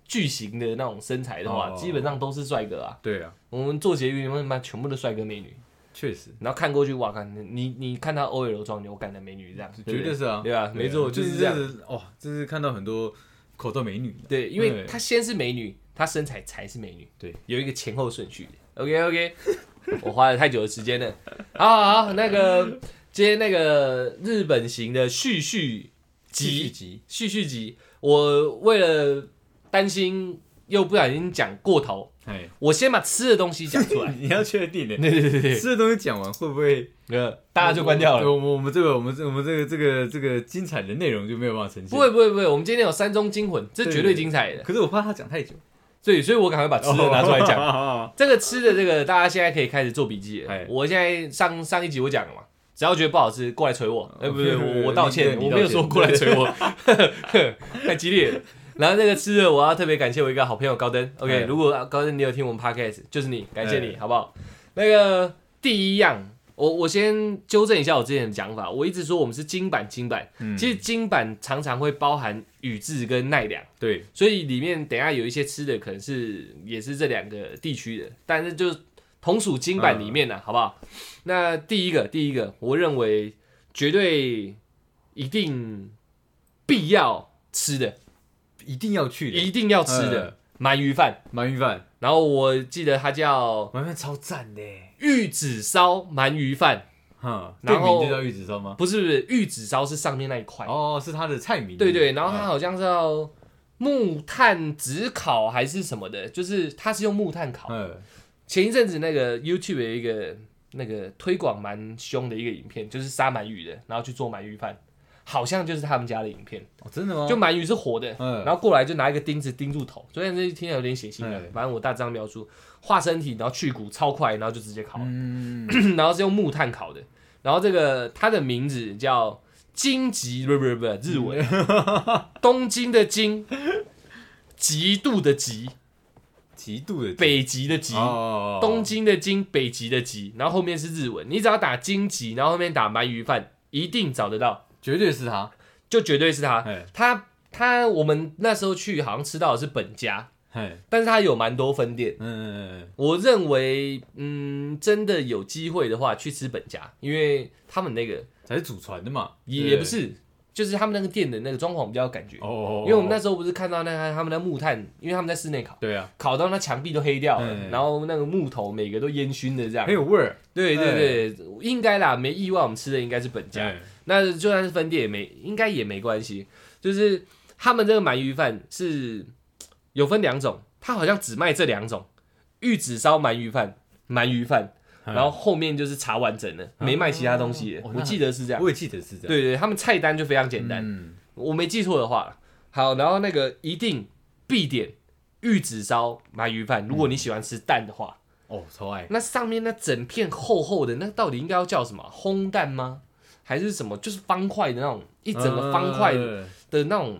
S1: 巨型的那种身材的话，
S2: 哦
S1: 基本上都是帅哥啊。
S2: 对啊，
S1: 我们做捷运，他妈全部都帅哥美女，
S2: 确实，
S1: 然后看过去，哇，看你你看他 OL 装牛感的美女这样，对
S2: 绝
S1: 不
S2: 对是啊，
S1: 对吧？没错，就是这样。
S2: 样，哇，这是看到很多口罩美女，
S1: 对，因为
S2: 对
S1: 她先是美女，她身材才是美女，
S2: 对，
S1: 有一个前后顺序。OK OK，我 花了太久的时间了。好好好，那个今天那个日本型的续续
S2: 继续
S1: 集，
S2: 集，
S1: 续续集，我为了担心又不小心讲过头，
S2: 哎，
S1: 我先把吃的东西讲 出来。
S2: 你要确定的，
S1: 对对对对
S2: 吃的东西讲完会不会
S1: 对，呃， 大家就关掉了。
S2: 我们我们这个我们这我们这个这个这个精彩的内容就没有办法呈现。
S1: 不会，不会不会，我们今天有三宗惊魂，这绝对精彩的。
S2: 可是我怕他讲太久，
S1: 对，所以我赶快把 吃的拿出来讲。
S2: 讲。
S1: 这个吃的这个，大家现在可以开始做笔记了
S2: 哎。
S1: 我现在上上一集我讲了嘛，只要觉得不好吃，过来捶
S2: 哦
S1: 我。哎，不是我我道歉，我
S2: 你你道歉
S1: 没有说过来 捶我， 太激烈了。然后这个吃的，我要特别感谢我一个好朋友高登。OK，
S2: 哎
S1: 如果高登你有听我们 Podcast，就是你，感谢你
S2: 哎
S1: 好不好？那个第一样，我我先纠正一下我之前的讲法，我一直说我们是金版金版，
S2: 嗯
S1: 其实金版常常会包含宇治跟奈良。
S2: 对，
S1: 所以里面等一下有一些吃的可能是也是这两个地区的，但是就是同属金版里面呢、好不好？那第一个，第一个，我认为绝对一定必要吃的，
S2: 一定要去的
S1: 一定嗯要吃的鳗鱼饭。
S2: 鳗鱼饭，
S1: 然后我记得它叫
S2: 鳗鱼饭超赞的，
S1: 玉子烧鳗鱼饭，
S2: 哈，
S1: 然
S2: 店
S1: 后
S2: 名就叫玉子烧吗？
S1: 不是不是玉子烧是上面那一块，
S2: 哦，是他的菜名。
S1: 对对，然后它
S2: 啊
S1: 好像是要木炭纸烤还是什么的，就是它是用木炭烤。
S2: 嗯，
S1: 前一阵子那个 YouTube 有一个那个推广蛮凶的一个影片，就是杀鳗鱼的，然后去做鳗鱼饭，好像就是他们家的影片，
S2: 哦真的吗？
S1: 就鳗鱼是活的，
S2: 嗯
S1: 然后过来就拿一个钉子钉住头，所以这听起来有点血腥啊
S2: 嗯。
S1: 反正我大致上描述，化身体，然后去骨，超快，然后就直接烤，
S2: 嗯，
S1: 然后是用木炭烤的，然后这个它的名字叫荆棘，不是不是不是日
S2: 嗯
S1: 文，东京的京，极度的极，
S2: 极度的
S1: 北极的极。
S2: 哦
S1: 东京的京，北极的极，然后后面是日文。你只要打荆棘，然后后面打鳗鱼饭，一定找得到，
S2: 绝对是他，
S1: 就绝对是他。
S2: 哎
S1: 他他，我们那时候去好像吃到的是本家，
S2: 哎，
S1: 但是他有蛮多分店。
S2: 嗯，
S1: 我认为，嗯，真的有机会的话，去吃本家，因为他们那个
S2: 才是祖传的嘛，
S1: 也也不是，就是他们那个店的那个装潢比较有感觉。
S2: 哦，
S1: 因为我们那时候不是看到那个他们的木炭，因为他们在室内烤，
S2: 对啊，
S1: 烤到那墙壁都黑掉了，
S2: 嗯
S1: 然后那个木头每个都烟熏的这样
S2: 很。有味儿，
S1: 对对对，应该啦，没意外，我们吃的应该是本家。
S2: 哎
S1: 那就算是分店也没，应该也没关系。就是他们这个鳗鱼饭是有分两种，它好像只卖这两种：玉子烧鳗鱼饭、鳗鱼饭，
S2: 嗯
S1: 然后后面就是茶完整了，没卖其他东西了
S2: 哦。那
S1: 我记得是这样。
S2: 我也记得是这样，
S1: 对对，他们菜单就非常简单，
S2: 嗯，
S1: 我没记错的话。好，然后那个一定必点玉子烧鳗鱼饭，如果
S2: 嗯
S1: 你喜欢吃蛋的话。
S2: 哦，超爱，
S1: 那上面那整片厚厚的，那到底应该要叫什么？烘蛋吗？还是什么？就是方块的那种，一
S2: 一
S1: 整个方块的,、那种，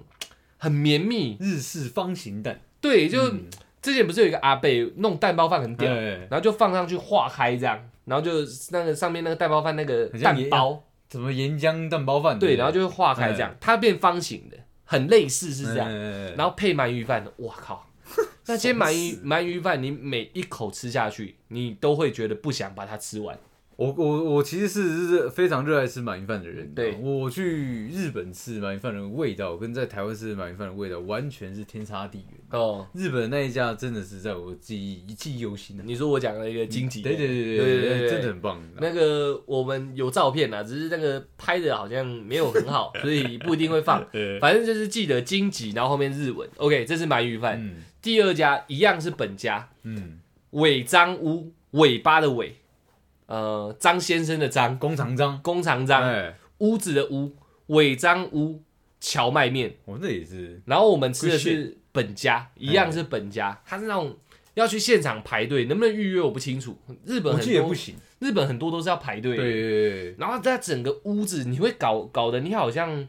S1: 很绵密。
S2: 日式方形蛋，
S1: 对，就、
S2: 嗯
S1: 之前不是有一个阿贝弄蛋包饭很屌，
S2: 哎
S1: 然后就放上去化开这样，然后就那个上面那个蛋包饭那个
S2: 很像
S1: 蛋
S2: 也
S1: 包，
S2: 什么岩浆蛋包饭，
S1: 对，然后就会化开这
S2: 哎
S1: 样，它变方形的，很类似
S2: 嗯
S1: 是这样。
S2: 样
S1: 然后配鳗鱼饭，哇靠！ 那些鳗鱼
S2: 爽
S1: 鳗鱼饭，你每一口吃下去，你都会觉得不想把它吃完。
S2: 我我我其实是是非常热爱吃鳗鱼饭的人，
S1: 对
S2: 我去日本吃鳗鱼饭的味道跟在台湾吃鳗鱼饭的味道完全是天差地远。
S1: 哦，
S2: 日本的那一家真的是在我记忆记忆犹新的，
S1: 你说我讲了一个荆棘，
S2: 对对对
S1: 对对
S2: 对
S1: 对
S2: 真的很棒。
S1: 那个我们有照片啊，只是那个拍的好像没有很 好，所以不一定会放。
S2: 呃，
S1: 反正就是记得荆棘，然后后面日文。OK，这是鳗鱼饭。
S2: 嗯
S1: 第二家一样是本家，
S2: 嗯，
S1: 尾张屋，尾巴的尾，呃，张先生的张，
S2: 工长章，
S1: 弓长张，
S2: 哎，
S1: 屋子的屋，尾张屋，荞麦面。
S2: 我那也是，
S1: 然后我们吃的是本
S2: 哎
S1: 家，一样是本家，它是那种要去现场排队，能不能预约我不清楚。日本
S2: 我
S1: 很
S2: 记得不
S1: 多，
S2: 行。
S1: 日本很多都是要排队
S2: 对
S1: 的。
S2: 对对对，
S1: 然后在整个屋子，你会搞搞得你好像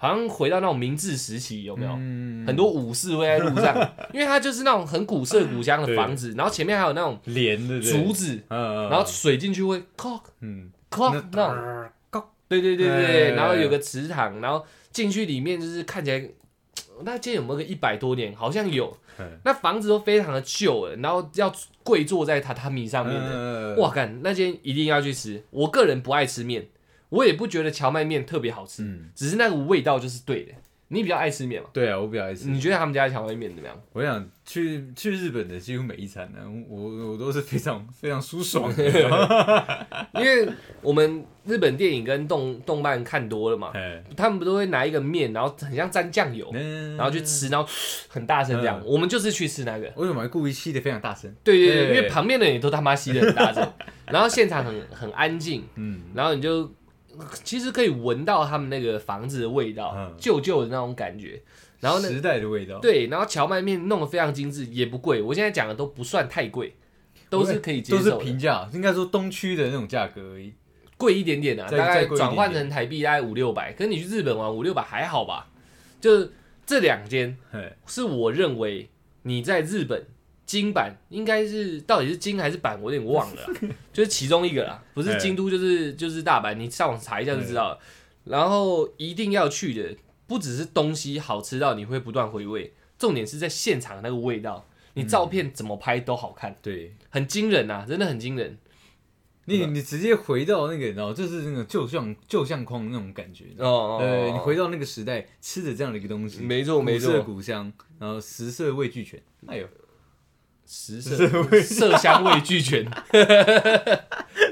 S1: 好像回到那种明治时期，有没有？
S2: 嗯，
S1: 很多武士会在路上，因为它就是那种很古色古香的房子，然后前面还有那种
S2: 连的
S1: 竹，子，
S2: 嗯，
S1: 然后水进去会 cock
S2: 嗯，
S1: cock 那种，
S2: 种
S1: 对对对对对，
S2: 哎
S1: 然后有个池塘，然后进去里面就是看起来。那间有没有个一百多年？好像有
S2: 哎。
S1: 那房子都非常的旧了，然后要跪坐在榻榻米上面的，
S2: 面
S1: 哇，干那间一定要去吃。我个人不爱吃面，我也不觉得荞麦面特别好吃，
S2: 嗯，
S1: 只是那个味道就是对的。你比较爱吃面嘛？
S2: 对啊，我比较爱吃。
S1: 你觉得他们家的荞麦面怎么样？
S2: 我想去去日本的几乎每一餐呢、我我都是非常非常 舒爽的。
S1: 因为我们日本电影跟动动漫看多了嘛，
S2: 哎
S1: 他们不都会拿一个面，然后很像沾酱油，
S2: 嗯
S1: 然后去吃，然后 很大声这样。我们就是去吃那个，
S2: 我为什么还故意吸的非常大声？
S1: 对对对，
S2: 对
S1: 因为旁边的人也都他妈吸的很大 声，然后现场很很安静，
S2: 嗯，
S1: 然后你就其实可以闻到他们那个房子的味道
S2: 嗯，
S1: 旧旧的那种感觉。然后呢，
S2: 时代的味道，
S1: 对，然后荞麦面弄得非常精致，也不贵。我现在讲的都不算太贵，都是可以接
S2: 都是
S1: 受的，
S2: 平价，应该说东区的那种价格而已。
S1: 贵一点点啊，
S2: 再
S1: 大概
S2: 再贵一点
S1: 转换成台币大概五六百。可是你去日本玩五六百还好吧？就这两间
S2: 嘿，
S1: 是我认为你在日本金版应该是到底是金还是版，我有点忘了 啦，就是其中一个啦，不是京都就是就是大阪，你上网查一下就知道了。然后一定要去的不只是东西好吃到你会不断回味，重点是在现场的那个味道，你照片怎么拍都好看，
S2: 对，
S1: 很惊人啊，真的很惊人。
S2: 你你直接回到那个，然后就是那个旧相旧相框的那种感觉。
S1: 哦哦，
S2: 呃，你回到那个时代吃的这样的一个东西，
S1: 没错没
S2: 古色
S1: 错，
S2: 古香，然后食色味俱全。哎呦，
S1: 食色色香味俱 全，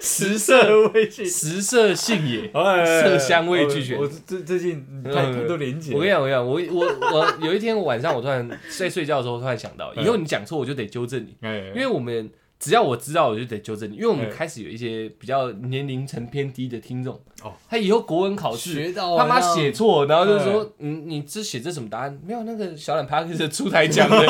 S1: 食色
S2: 味俱
S1: 食色性也。色
S2: 色
S1: 香味俱全
S2: 哎我最最近太太多连结，
S1: 我跟你讲，我跟你讲，我我我有一天晚上，我突然在睡觉的时候突然想到，以后你讲错我就得纠正你，
S2: 哎，因
S1: 因为我们只要我知道我就得纠正你，因为我们
S2: 嗯
S1: 开始有一些比较年龄层偏低的听众，
S2: 哦
S1: 他以后国文考试。
S2: 学到啊
S1: 他妈写，错，然后就说
S2: 嗯
S1: 你你这写这什么答案？没有那个小懒趴是出台讲的，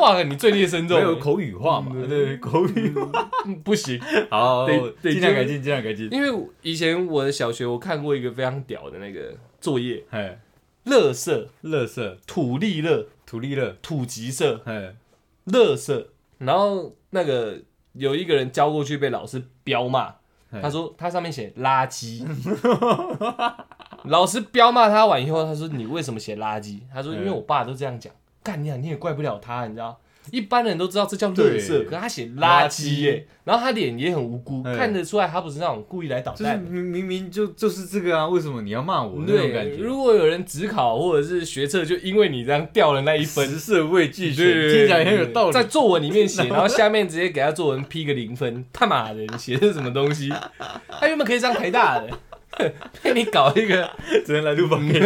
S1: 哇，你罪孽深
S2: 没
S1: 重，
S2: 有口语化嘛？对，口语化。
S1: 嗯不行。
S2: 好，
S1: 得得
S2: 尽量改进，尽量改进。
S1: 因为以前我的小学我看过一个非常屌的那个作业，
S2: 哎，
S1: 乐色、
S2: 乐色，
S1: 土力乐、
S2: 土力乐，
S1: 土极色、
S2: 哎，
S1: 乐色，然后那个有一个人交过去被老师彪骂，
S2: 嘿
S1: 他说他上面写垃圾，老师彪骂他完以后，他说你为什么写垃圾？他说
S2: 嗯
S1: 因为我爸都这样讲，干你啊你也怪不了他，你知道。一般人都知道这叫乐色，
S2: 对
S1: 可他写垃
S2: 垃圾
S1: 圾耶，然后他脸也很无辜，
S2: 嗯
S1: 看得出来他不是那种故意来捣
S2: 就是
S1: 蛋的。
S2: 明明明就就是这个啊，为什么你要骂我那种感
S1: 对，
S2: 觉？
S1: 如果有人只考或者是学测，就因为你这样掉了那一分，
S2: 食色味俱全，
S1: 对
S2: 听起来很有道
S1: 在
S2: 理。
S1: 作文里面写，然后下面直接给他作文批个零分，他妈的，你写的是什么东西？ 他原本可以上台大的， 被你搞一个，
S2: 只能来录房间。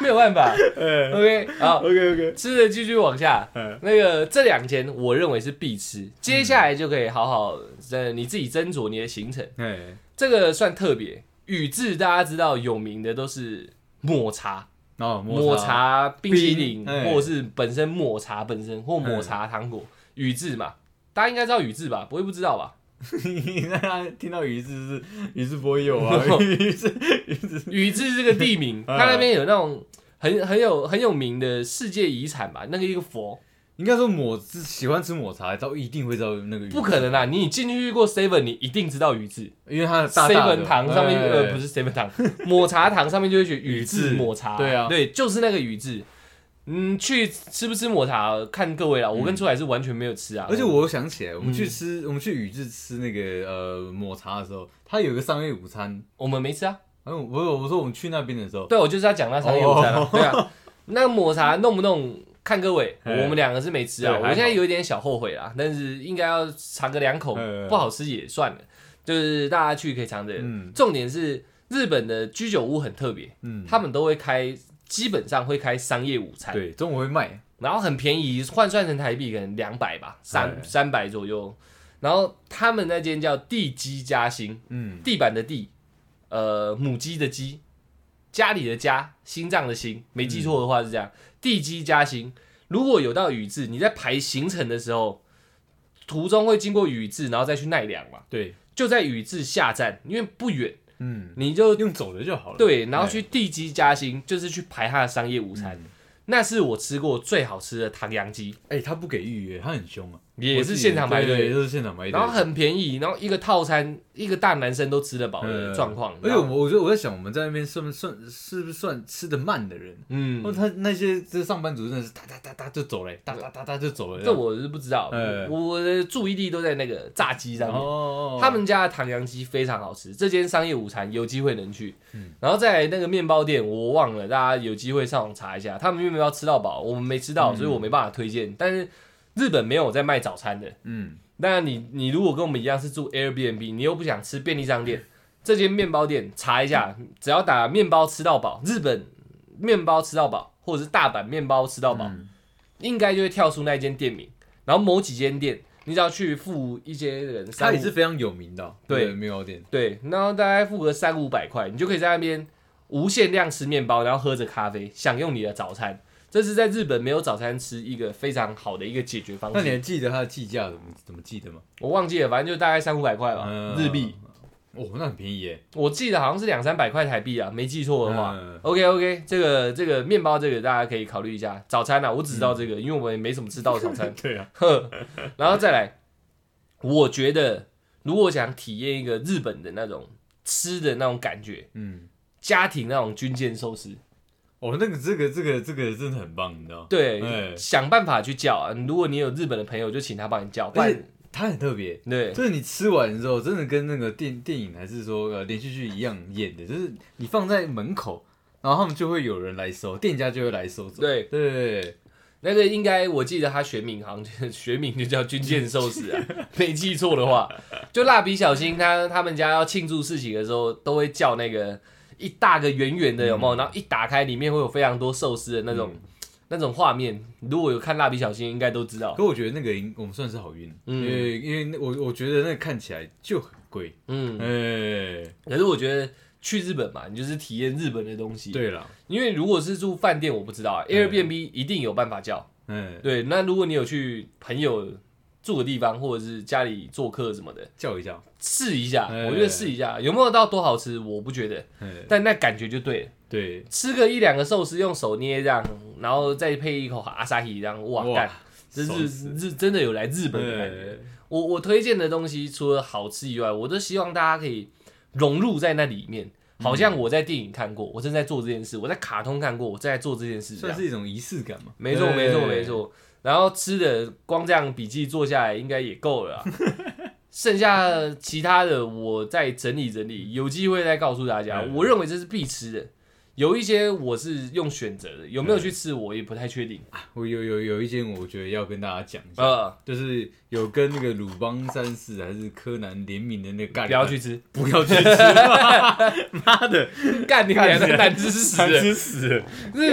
S1: 没有办法。
S2: 哎
S1: OK，好，
S2: ，OK OK，
S1: 吃的继续往下。
S2: 嗯
S1: 那个这两间我认为是必吃，接下来就可以好好呃你自己斟酌你的行程。
S2: 哎，
S1: 这个算特别，宇治大家知道有名的都是抹茶，
S2: 哦，
S1: 抹茶冰淇淋，
S2: 冰哎哎
S1: 或者是本身抹茶本身或抹茶糖果，宇治嘛，大家应该知道宇治吧？不会不知道 吧？
S2: 你让他听到鱼字是鱼字波友啊，鱼字鱼字
S1: 宇治这个地名，
S2: 嗯
S1: 它那边有那种很很有很有名的世界遗产吧？那个一个佛，
S2: 应该说抹是喜欢吃抹茶，都一定会知道那个鱼，
S1: 不可能啦！啊你进去过 Seven，你一定知道宇治
S2: 因为它的大大
S1: Seven
S2: 的
S1: 糖上面
S2: 哎
S1: 呃不是 Seven 糖，抹茶糖上面就会写宇
S2: 宇
S1: 治
S2: 治
S1: 抹茶，
S2: 对啊
S1: 对，就是那个宇治。嗯，去吃不吃抹茶看各位啦，我跟出来是完全没有吃啊，
S2: 嗯而且我想起来，我们去吃、我们去宇治吃那个呃抹茶的时候，它有一个商业午餐，
S1: 我们没吃啊。
S2: 然后我我说我们去那边的时候，
S1: 对，我就是要讲那商业午餐
S2: 哦
S1: 啊，对啊，那个抹茶弄不弄？看各位，我
S2: 嘿
S1: 们两个是没吃啊，
S2: 对
S1: 我
S2: 还好
S1: 现在有一点小后悔啦，但是应该要尝个两口
S2: 嘿嘿，嘿
S1: 不好吃也算了，就是大家去可以尝着。
S2: 嗯
S1: 重点是日本的居酒屋很特别，
S2: 嗯，
S1: 他们都会开，基本上会开商业午餐，
S2: 对中午会卖，
S1: 然后很便宜，换算成台币可能两百吧，三
S2: 嘿
S1: 三百左右。然后他们那间叫地基嘉兴，
S2: 嗯，
S1: 地板的地，呃，母鸡的鸡，家里的家，心脏的心，没记错的话是这样。地基加心，如果有到宇治，你在排行程的时候，途中会经过宇治，然后再去奈良嘛，
S2: 对，
S1: 就在宇治下站，因为不远，
S2: 嗯，
S1: 你就
S2: 用走的就好了，
S1: 对，然后
S2: 哎
S1: 去地基加心，就是去排它的
S2: 嗯
S1: 商业午餐。那是我吃过最好吃的唐扬鸡，
S2: 哎、他不给预约，他很凶啊，
S1: 也是现场排
S2: 对对
S1: 队，
S2: 都是现场排队，
S1: 然后很便宜，然后一个套餐一个大男生都吃得饱的
S2: 嗯
S1: 状况。
S2: 而且
S1: 然
S2: 我
S1: 后
S2: 我觉得我在想，我们在那边算不算是不是算吃的慢的人？哦，
S1: 嗯，
S2: 他那些这上班族真的是哒哒哒哒就走了，哒哒哒哒就走了。
S1: 这我是不知道，
S2: 嗯
S1: 我我的注意力都在那个炸鸡上面。
S2: 哦，
S1: 他们家的唐扬鸡非常好吃，这间商业午餐有机会能去。
S2: 嗯
S1: 然后再来那个面包店，我忘了，大家有机会上网查一下，他们面包吃到饱，我们没吃到，
S2: 嗯
S1: 所以我没办法推荐。但是日本没有在卖早餐的，
S2: 嗯，
S1: 那你你如果跟我们一样是住 Airbnb，你又不想吃便利商店，这间面包店查一下，只要打面包吃到饱，日本面包吃到饱，或者是大阪面包吃到饱，
S2: 嗯
S1: 应该就会跳出那间店名。然后某几间店，你只要去付一些人
S2: 他
S1: 三
S2: 也
S1: 五
S2: 是非常有名的哦，
S1: 对
S2: 面包店。
S1: 对，然后大概付个三五百块，你就可以在那边无限量吃面包，然后喝着咖啡，享用你的早餐。这是在日本没有早餐吃一个非常好的一个解决方
S2: 那你
S1: 式。
S2: 还记得他的计价怎么怎么记得吗？
S1: 我忘记了，反正就大概三五百块吧，
S2: 嗯
S1: 日币。
S2: 哦，那很便宜耶。
S1: 我记得好像是两三百块台币啊，没记错的话。
S2: 嗯
S1: OK OK，这个这个面包这个大家可以考虑一下。早餐啊，我只知道这个，
S2: 嗯
S1: 因为我们也没什么吃到早餐。
S2: 对啊，
S1: 呵，然后再来，我觉得如果想体验一个日本的那种吃的那种感觉，
S2: 嗯，
S1: 家庭那种军舰寿司，
S2: 哦，那个这个这个这个真的很棒，你知道？
S1: 对，
S2: 哎
S1: 想办法去叫啊。如果你有日本的朋友，就请他帮你叫，不
S2: 而
S1: 然
S2: 且它很特别，
S1: 对
S2: 就是你吃完之后，真的跟那个电电影还是说呃连续剧一样演的，就是你放在门口，然后他们就会有人来收，店家就会来收走。
S1: 对，
S2: 对，
S1: 那个应该我记得他学名好像就是 学名就叫军舰寿司啊， 没记错的话，就蜡笔小新他他们家要庆祝事情的时候，都会叫那个一大个圆圆的有没有？然后一打开里面会有非常多寿司的那种、那种画面，如果有看蜡笔小新应该都知道，
S2: 可我觉得那个应我们算是好运，
S1: 嗯
S2: 因为因为那我我觉得那个看起来就很贵，
S1: 嗯，
S2: 哎，
S1: 可是我觉得。去日本嘛，你就是体验日本的东西。
S2: 对了，
S1: 因为如果是住饭店，我不知道、啊、Airbnb 一定有办法叫。
S2: 嗯，
S1: 对，那如果你有去朋友住的地方，或者是家里做客什么的，
S2: 叫一叫，
S1: 试一下，
S2: 哎
S1: 我觉得试一下，有没有到多好吃，我不觉得，
S2: 哎，
S1: 但那感觉就对了。
S2: 对，
S1: 吃个一两个寿司，用手捏这样，然后再配一口阿萨希，这样哇
S2: 哇
S1: 干，这
S2: 爽
S1: 是
S2: 死
S1: 日真的有来日本的感觉。
S2: 哎
S1: 我我推荐的东西除了好吃以外，我都希望大家可以融入在那里面。好像
S2: 嗯
S1: 我在电影看过，我正在做这件事；我在卡通看过，我正在做这件事。这
S2: 算
S1: 样
S2: 是一种仪式感嘛，
S1: 没错，
S2: 哎
S1: 没错，没，错。然后吃的光这样笔记做下来应该也够 了啊，剩下其他的我再整理整理，有机会再告诉大家。
S2: 嗯
S1: 我认为这是必吃的，有一些我是用选择的，有没有去吃我也不太确定。
S2: 我有有有一件我觉得要跟大家讲一下，
S1: 呃，
S2: 就是有跟那个鲁邦三世还是柯南联名的那个
S1: 不
S2: 咖
S1: 要
S2: 喱
S1: 去吃，
S2: 不要去吃， 妈的，
S1: 干你
S2: 干
S1: 娘的
S2: 你娘
S1: 难吃死
S2: 难
S1: 了！
S2: 吃死了，
S1: 日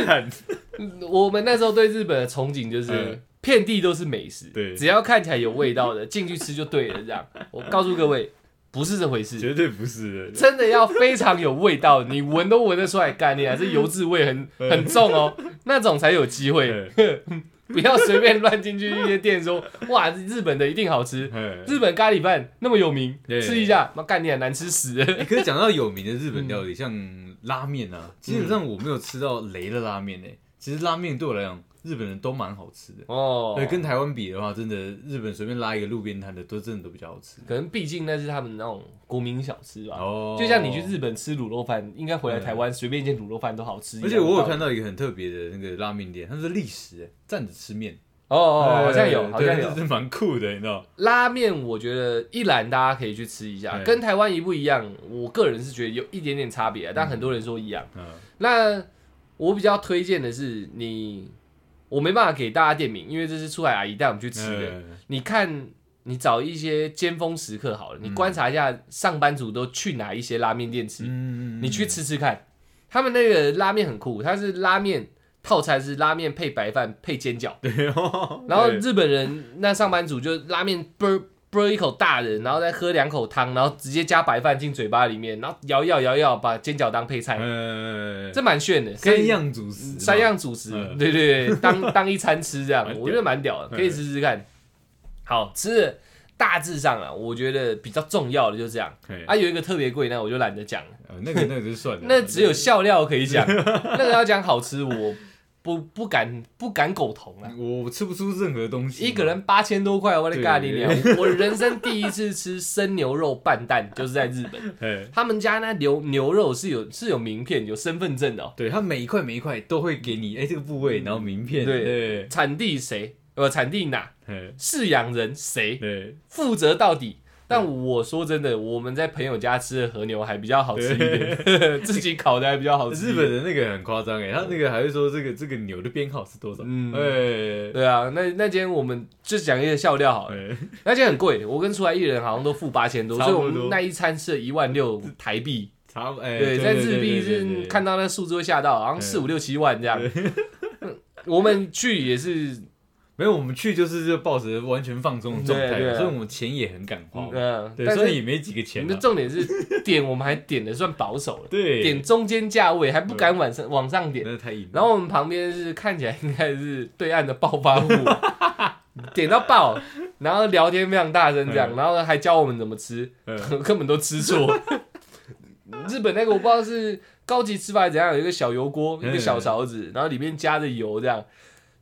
S1: 我们那时候对日本的憧憬就是
S2: 嗯
S1: 遍地都是美食，
S2: 对
S1: 只要看起来有味道的进去吃就对了。这样，我告诉各位，不是这回事，
S2: 绝对不是的，
S1: 真的要非常有味道，你闻都闻得出来，概念还是油脂味 很很重哦，那种才有机会。 不要随便乱进去一些店说，哇，日本的一定好吃，
S2: 哎
S1: 日本咖喱饭那么有名，
S2: 对
S1: 吃一下，妈概念难吃死 了。
S2: 欸可是讲到有名的日本料
S1: 嗯
S2: 理，像拉面啊，基本上我没有吃到雷的拉面诶、欸其实拉面对我来讲，日本人都蛮好吃的。
S1: 哦
S2: 对，，跟台湾比的话，真的日本随便拉一个路边摊的，都真的都比较好吃。
S1: 可能毕竟那是他们那种国民小吃吧。
S2: 哦
S1: 啊就像你去，日本吃卤肉饭，应该回来台湾随便一间卤肉饭都好吃一样。
S2: 而且我有看
S1: 到
S2: 到一个很特别的那个拉面店，它是历史、欸、站着吃面，
S1: 哦哦，好像有，
S2: 对
S1: 好像 有
S2: 这是蛮酷的，你知道？
S1: 拉面，我觉得一兰大家可以去吃一下，
S2: 对
S1: 跟台湾一不一样？我个人是觉得有一点点差别啊，但很多人说一样。
S2: 嗯，
S1: 那我比较推荐的是你，我没办法给大家店名，因为这是出海阿姨带我们去吃的。
S2: 呃
S1: 你看，你找一些尖峰时刻
S2: 嗯
S1: 好了，你观察一下上班族都去哪一些拉面店吃，
S2: 嗯
S1: 你去吃吃看。他们那个拉面很酷，它是拉面套餐是拉面配白饭配煎饺，
S2: 对哦，
S1: 然后
S2: 对
S1: 日本人那上班族就拉面啵啵一口大的，然后再喝两口汤，然后直接加白饭进嘴巴里面，然后摇一摇摇一摇，把煎饺当配菜，
S2: 呃，
S1: 这蛮炫的，可
S2: 三
S1: 以
S2: 样主食，
S1: 三，样主食，
S2: 嗯
S1: 对对对， 当当一餐吃这样
S2: 蛮，屌嗯
S1: 我觉得蛮屌的，可以试试看。好吃的大致上啊，我觉得比较重要的就这样。
S2: 嘿哎
S1: 啊，有一个特别贵，那我就
S2: 嗯
S1: 懒得讲了。
S2: 呃那个那个就算了，
S1: 那只有笑料可以讲，那个要讲好吃，我不不敢不敢苟同啊。
S2: 我吃不出任何东西，
S1: 一个人八千多块，我的咖喱
S2: 对
S1: 鸟！我人生第一次吃生牛肉拌蛋，就是在日本。
S2: 嘿，
S1: 他们家那牛牛肉是有是有名片、有身份证的、哦，
S2: 对他每一块每一块都会给你，哎，这个部位，然后名片，
S1: 嗯对
S2: 对，
S1: 产地谁？呃，产地哪？
S2: 嘿
S1: 饲养人谁？
S2: 对，
S1: 负责到底。但我说真的，我们在朋友家吃的和牛还比较好吃一点， 自己烤的还比较好吃。
S2: 日本的那个很夸张哎，他那个还会说这个这个牛的编号是多少，
S1: 嗯
S2: 哎，
S1: 对啊，那那间我们就讲一个笑料好了，
S2: 哎
S1: 那间很贵，我跟出来一人好像都付八千多，
S2: 差
S1: 所
S2: 不
S1: 以
S2: 多
S1: 我们那一餐吃了一万六台币。
S2: 差不哎，
S1: 对，在日币
S2: 对对对
S1: 是
S2: 对
S1: 看到那数字会吓到，好像四五六七万这样。
S2: 嗯
S1: 我们去也是，
S2: 没有，我们去就是就抱着完全放松的状态
S1: 对对啊
S2: 嘛，所以我们钱也很敢花
S1: 嗯，，呃
S2: 对，
S1: 但
S2: 虽然
S1: 是
S2: 也没几个钱
S1: 你
S2: 啊，
S1: 的重点是点，我们还点的算保守了，
S2: 对，
S1: 点中间价位还不敢往上往上点。
S2: 那太硬了，
S1: 然后我们旁边是看起来应该是对岸的暴发 户，点到爆，然后聊天非常大声这样，
S2: 嗯
S1: 然后还教我们怎么吃，
S2: 嗯
S1: 根本都吃错。日本那个我不知道是高级吃法还是怎样，有一个小油锅，一
S2: 嗯
S1: 个小勺子，然后里面加着油这样。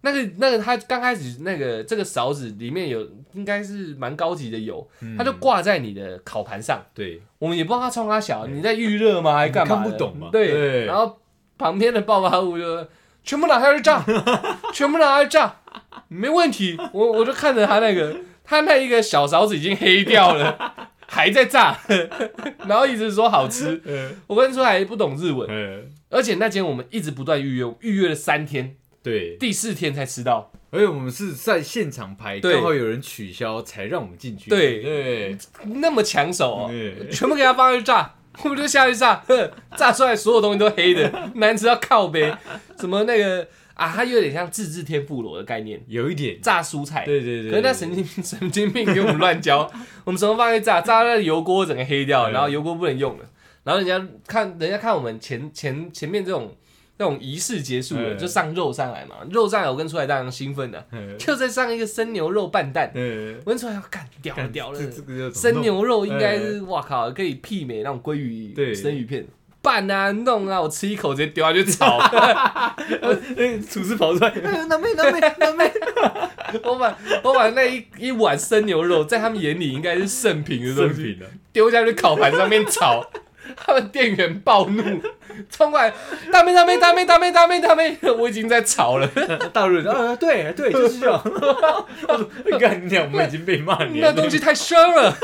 S1: 那个那个，它刚开始那个这个勺子里面有应该是蛮高级的油，
S2: 嗯
S1: 它就挂在你的烤盘上。
S2: 对，
S1: 我们也不知道它冲它小，你在预热吗？还干嘛的？
S2: 嗯你看不懂嘛
S1: 对。
S2: 对
S1: 然后旁边的暴发户就说全部拿下去炸，全部拿下去炸，没问题。我我就看着他那个，他那一个小勺子已经黑掉了，还在炸，然后一直说好吃。
S2: 呃
S1: 我跟出来不懂日文，
S2: 呃，
S1: 而且那间我们一直不断预约，预约了三天，
S2: 对，
S1: 第四天才吃到。
S2: 而且我们是在现场排，
S1: 对
S2: 刚好有人取消才让我们进去，
S1: 对
S2: 对
S1: 那么抢手哦，
S2: 对
S1: 全部给他放下去炸，我们就下去炸，呵炸出来所有东西都黑的，难吃到靠背。什么那个啊，它有点像自制天妇罗的概念，
S2: 有一点，
S1: 炸蔬菜。
S2: 对对对，
S1: 可是那
S2: 对
S1: 神经 神经病给我们乱 教，我们什么放下去炸，炸到那个油锅整个黑掉，
S2: 对
S1: 然后油锅不能用了。然后人家看，人家看我们前前前面这种这种仪式结束了，
S2: 嗯
S1: 就上肉上来嘛。肉上来我跟出来当然兴奋的，
S2: 呃
S1: 就再上一个生牛肉拌蛋，
S2: 呃，
S1: 我跟出来要干屌了屌了
S2: 这，这个叫怎么
S1: 生
S2: 弄，
S1: 牛肉应该是哇靠，可以媲美那种鲑鱼
S2: 对
S1: 生鱼片。拌啊，弄啊，我吃一口直接丢下去炒。
S2: 哎，厨师跑出来，哎，南妹南妹南妹，
S1: 我把我把那一一碗生牛肉，在他们眼里应该是圣品的东
S2: 生
S1: 西，
S2: 品了，
S1: 丢下去烤盘上面炒，他们店员暴怒，冲过来，大妹大妹大妹大妹大妹大妹，我已经在炒了，
S2: 大陆人，啊，对对，就是 这样，我说哎干你娘，我们已经被骂你了，
S1: 那东西太生了，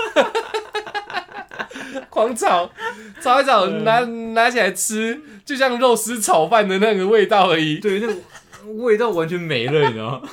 S1: 狂炒，炒一炒，
S2: 嗯
S1: 拿拿起来吃，就像肉丝炒饭的那个味道而已，
S2: 对，那个味道完全没了，你知道吗？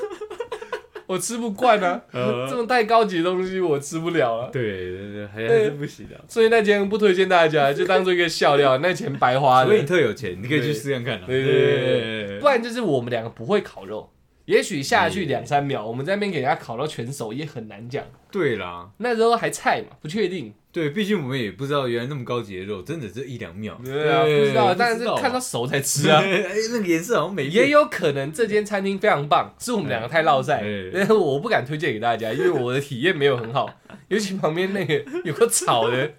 S1: 我吃不惯啊，
S2: 呃
S1: 这种太高级的东西我吃不了啊。
S2: 对对对，还还是不行的。
S1: 所以那间不推荐大家，就当做一个笑料，那钱白花了
S2: 所以。你特有钱，你可以去试看看啊。
S1: 对对对对不然就是我们两个不会烤肉，也许下去两三秒，我们在那边给人家烤到全熟也很难讲。
S2: 对啦，
S1: 那时候还菜嘛，不确定，
S2: 对，毕竟我们也不知道原来那么高级的肉，真的是一两秒，
S1: 对啊，不知道，
S2: 但
S1: 但是看到熟才吃
S2: 是啊，
S1: 啊。
S2: 哎，那个颜色好像没
S1: 也
S2: 变，
S1: 有可能这间餐厅非常棒，是我们两个太落赛
S2: 哎，
S1: 但是我不敢推荐给大家，因为我的体验没有很好，尤其旁边那 个有个炒的。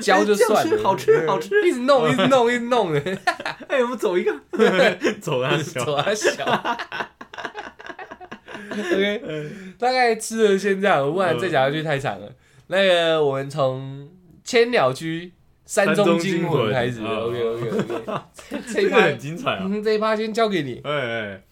S1: 焦就算
S2: 哎这样
S1: 了，
S2: 吃好吃好吃
S1: 一直弄，一直弄，一直 弄的，
S2: 哎，我们走一个，走啊，
S1: 走啊小。OK，大概吃了先这样，不然再讲下去太长了。那个我们从千鸟居山中惊魂开始
S2: 山中惊
S1: ，OK
S2: 魂
S1: OK OK，这这
S2: 这
S1: 一
S2: 个
S1: 趴
S2: 很，精彩啊！
S1: 嗯，这一趴先交给你。
S2: 哎哎，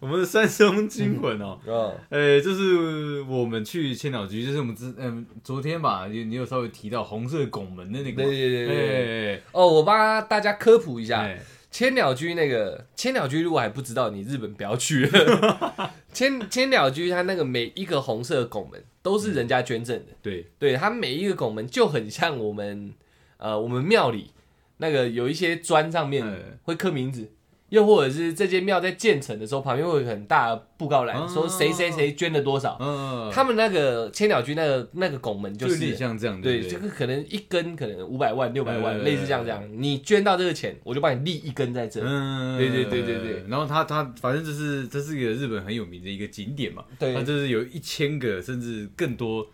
S2: 我们的山松惊魂哦，
S1: 哦，
S2: 呃，就是我们去千岛居，就是我们之嗯昨天吧，你你有稍微提到红色拱门的那
S1: 对
S2: 个，
S1: 对对对对。
S2: 哎
S1: 哦，我帮大家科普一下，
S2: 哎，
S1: 千鸟居那个千鸟居，如果还不知道，你日本不要去了。千千鸟居它那个每一个红色的拱门都是人家捐赠的，
S2: 对，
S1: 对它每一个拱门就很像我们呃我们庙里那个有一些砖上面
S2: 嗯
S1: 会刻名字，又或者是这间庙在建成的时候旁边会有很大的布告栏、
S2: 哦
S1: 说谁谁谁捐了多少，
S2: 嗯，
S1: 他们那个千鸟居那个那个拱门就
S2: 就是有点像这样，
S1: 对，
S2: 不
S1: 这个可能一根可能五百万、六百万，
S2: 嗯
S1: 类似这样这样。你捐到这个钱，我就帮你立一根在这。
S2: 嗯，
S1: 对对对对对。
S2: 然后它它反正就是这是一个日本很有名的一个景点嘛，
S1: 对
S2: 它就是有一千个甚至更多，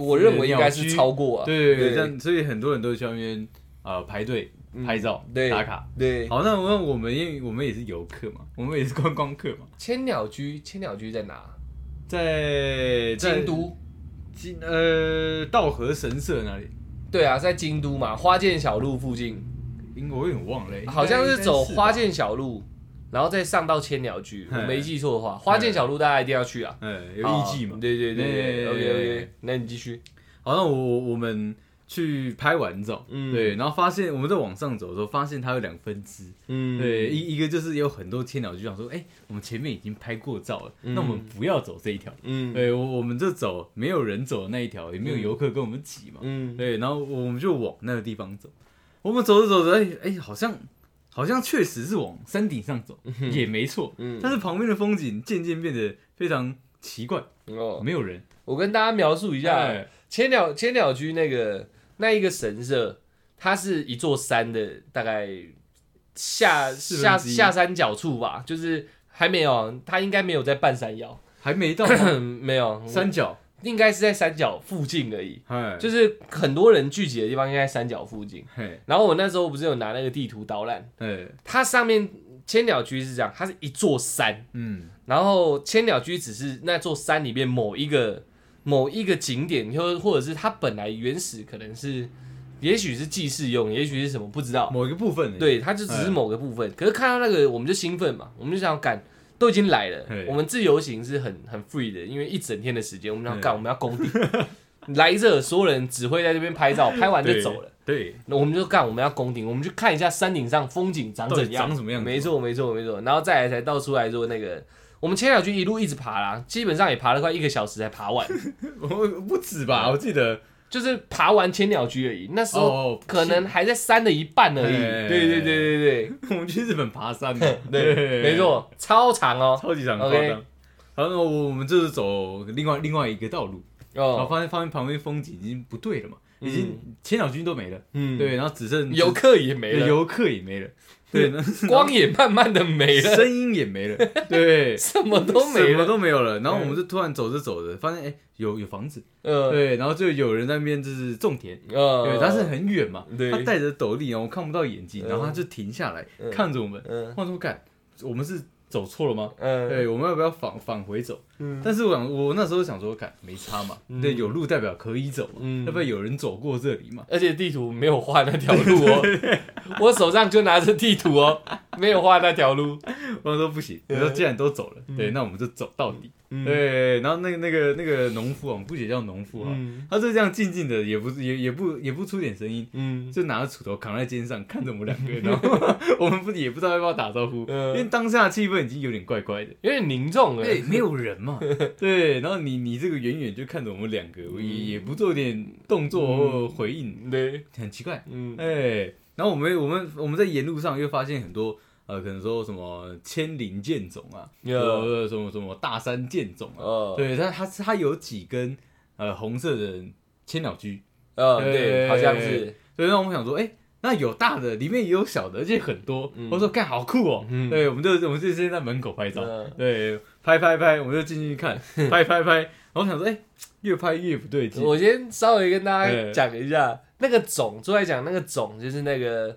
S1: 我认为应该是超过啊。
S2: 对对对，
S1: 对嗯
S2: 这样所以很多人都去那边呃排队拍照、
S1: 对
S2: 打卡。
S1: 对，
S2: 好，那那我们因为我们也是游客嘛，我们也是观光客嘛，
S1: 千鸟居，千鸟居在哪？
S2: 在在
S1: 京都。
S2: 京呃道和神社那里，
S1: 对啊，在京都嘛，花见小路附近，
S2: 英国我有点忘了、
S1: 好像是走花
S2: 界，
S1: 见小路，然后再上到千鸟居。我
S2: 嗯
S1: 没记错的话，花见小路大家一定要去啊，
S2: 呃、有艺伎嘛
S1: 好。对对对对
S2: 对
S1: ，OK OK，那你继续。
S2: 好，那我我我们去拍完照，
S1: 嗯
S2: 对，然后发现我们在往上走的时候，发现它有两分支，
S1: 嗯
S2: 对，一一个就是有很多千鸟就想说，哎、我们前面已经拍过照了，那我们不要走这一条，
S1: 嗯
S2: 对我我们就走没有人走的那一条，也没有游客跟我们挤嘛，
S1: 嗯，
S2: 对，然后我们就往那个地方走，我们走着走着，哎、哎、好像好像确实是往山顶上走， 也没错，
S1: 嗯
S2: 但是旁边的风景渐渐变得非常奇怪，
S1: 哦，
S2: 没有人，
S1: 我跟大家描述一下，
S2: 哎
S1: 千鸟千鸟居那个那一个神社，它是一座山的大概下
S2: 四分
S1: 下
S2: 之一
S1: 下山脚处吧，就是还没有，它应该没有在半山腰，
S2: 还 没到
S1: 没有，
S2: 山脚，
S1: 应该是在山脚附近而已，
S2: 哎，
S1: 哦就是很多人聚集的地方应该在山脚附近。
S2: 嘿，
S1: 然后我那时候不是有拿那个地图导览，
S2: 哎，
S1: 它上面千鸟居是这样，它是一座山，
S2: 嗯，
S1: 然后千鸟居只是那座山里面某一个某一个景点，或或者是它本来原始可能是，也许是祭祀用，也许是什么不知道。
S2: 某一个部分而已，
S1: 对，它就只
S2: 嗯
S1: 是某个部分。可是看到那个，我们就兴奋嘛，我们就想要干，都已经来了
S2: 嘿。
S1: 我们自由行是很很 free 的，因为一整天的时间，我们想
S2: 嘿
S1: 干，我们要攻顶。来这所有人只会在这边拍照，拍完
S2: 对，
S1: 就走了。
S2: 对，
S1: 那我们就干，我们要攻顶，我们去看一下山顶上风景长
S2: 到底
S1: 怎样，
S2: 长什么样子
S1: 没错，没错，没错。然后再来才到出来说那个，我们千鸟居一路一直爬啦，基本上也爬了快一个小时才爬 完，
S2: 我不止吧，我记得
S1: 就是爬完千鸟居而已。那时候
S2: 哦
S1: 可能还在山的一半而已。
S2: 嘿
S1: 对对对对
S2: 我们去日本爬山嘛，
S1: 对对，没，错，超长哦。
S2: 超级长夸
S1: OK
S2: 张。然后我我们就是走另外另外一个道路，然后
S1: 哦，
S2: 发现发现旁边风景已经不对了嘛，
S1: 嗯
S2: 已经千鸟军都没了，
S1: 嗯，
S2: 对，然后只剩
S1: 游客也没
S2: 对
S1: 了，
S2: 游客也没了， 对，然后
S1: 光也慢慢的没了，
S2: 声音也没了，对，
S1: 什么 都没
S2: 什么
S1: 了。
S2: 都没有了。然后我们就突然走着走着，发现哎有有房子，
S1: 嗯
S2: 对，然后就有人在那边就是种田，
S1: 嗯，
S2: 对，但是很远嘛，
S1: 对
S2: 他戴着斗笠，然后我看不到眼睛，然后他就停下来
S1: 嗯
S2: 看着我们，
S1: 嗯
S2: 话说干，我们是走错了吗？
S1: 嗯
S2: 对，我们要不要返返回走？
S1: 嗯
S2: 但是我想，我那时候想说，干没差嘛，对，有路代表可以走嘛，
S1: 嗯
S2: 代表有人走过这里嘛。
S1: 而且地图没有画那条路哦， 我手上就拿着地图哦，没有画那条路。
S2: 我说不行，我说既然都走了，对，那我们就走到底。
S1: 嗯
S2: 对，然后那个那个那个农夫啊，我们不写叫农夫啊，
S1: 嗯
S2: 他就这样静静的，也不也也不也不出点声音，
S1: 嗯
S2: 就拿着锄头扛在肩上，看着我们两个，然后 我们不也不知道要不要打招呼，因
S1: 嗯
S2: 为当下气氛已经有点怪怪的。
S1: 有点凝重了。
S2: 对，没有人 嘛，对，然后你你这个远远就看着我们两个，我也也不做点动作或回应，
S1: 对，
S2: 嗯很奇怪，
S1: 嗯
S2: 哎、然后我们我们我们在沿路上又发现很多呃，可能说什么千林剑种啊，
S1: Yeah
S2: 呃，什么什么大山剑种啊，
S1: 哦，
S2: 对，但它它有几根呃红色的千鸟居，
S1: 呃，
S2: 对
S1: 对，好像是，
S2: 所以让我们想说，哎、那有大的，里面也有小的，而且很多。我说，干好酷哦！
S1: 嗯
S2: 对，我们就我们就先在门口拍照，
S1: 嗯
S2: 对，拍拍拍，我们就进 去看，拍拍拍。然后我想说，哎、越拍越不对劲。
S1: 我先稍微跟大
S2: 哎
S1: 家讲一下那个种，就在讲那个种，就是那个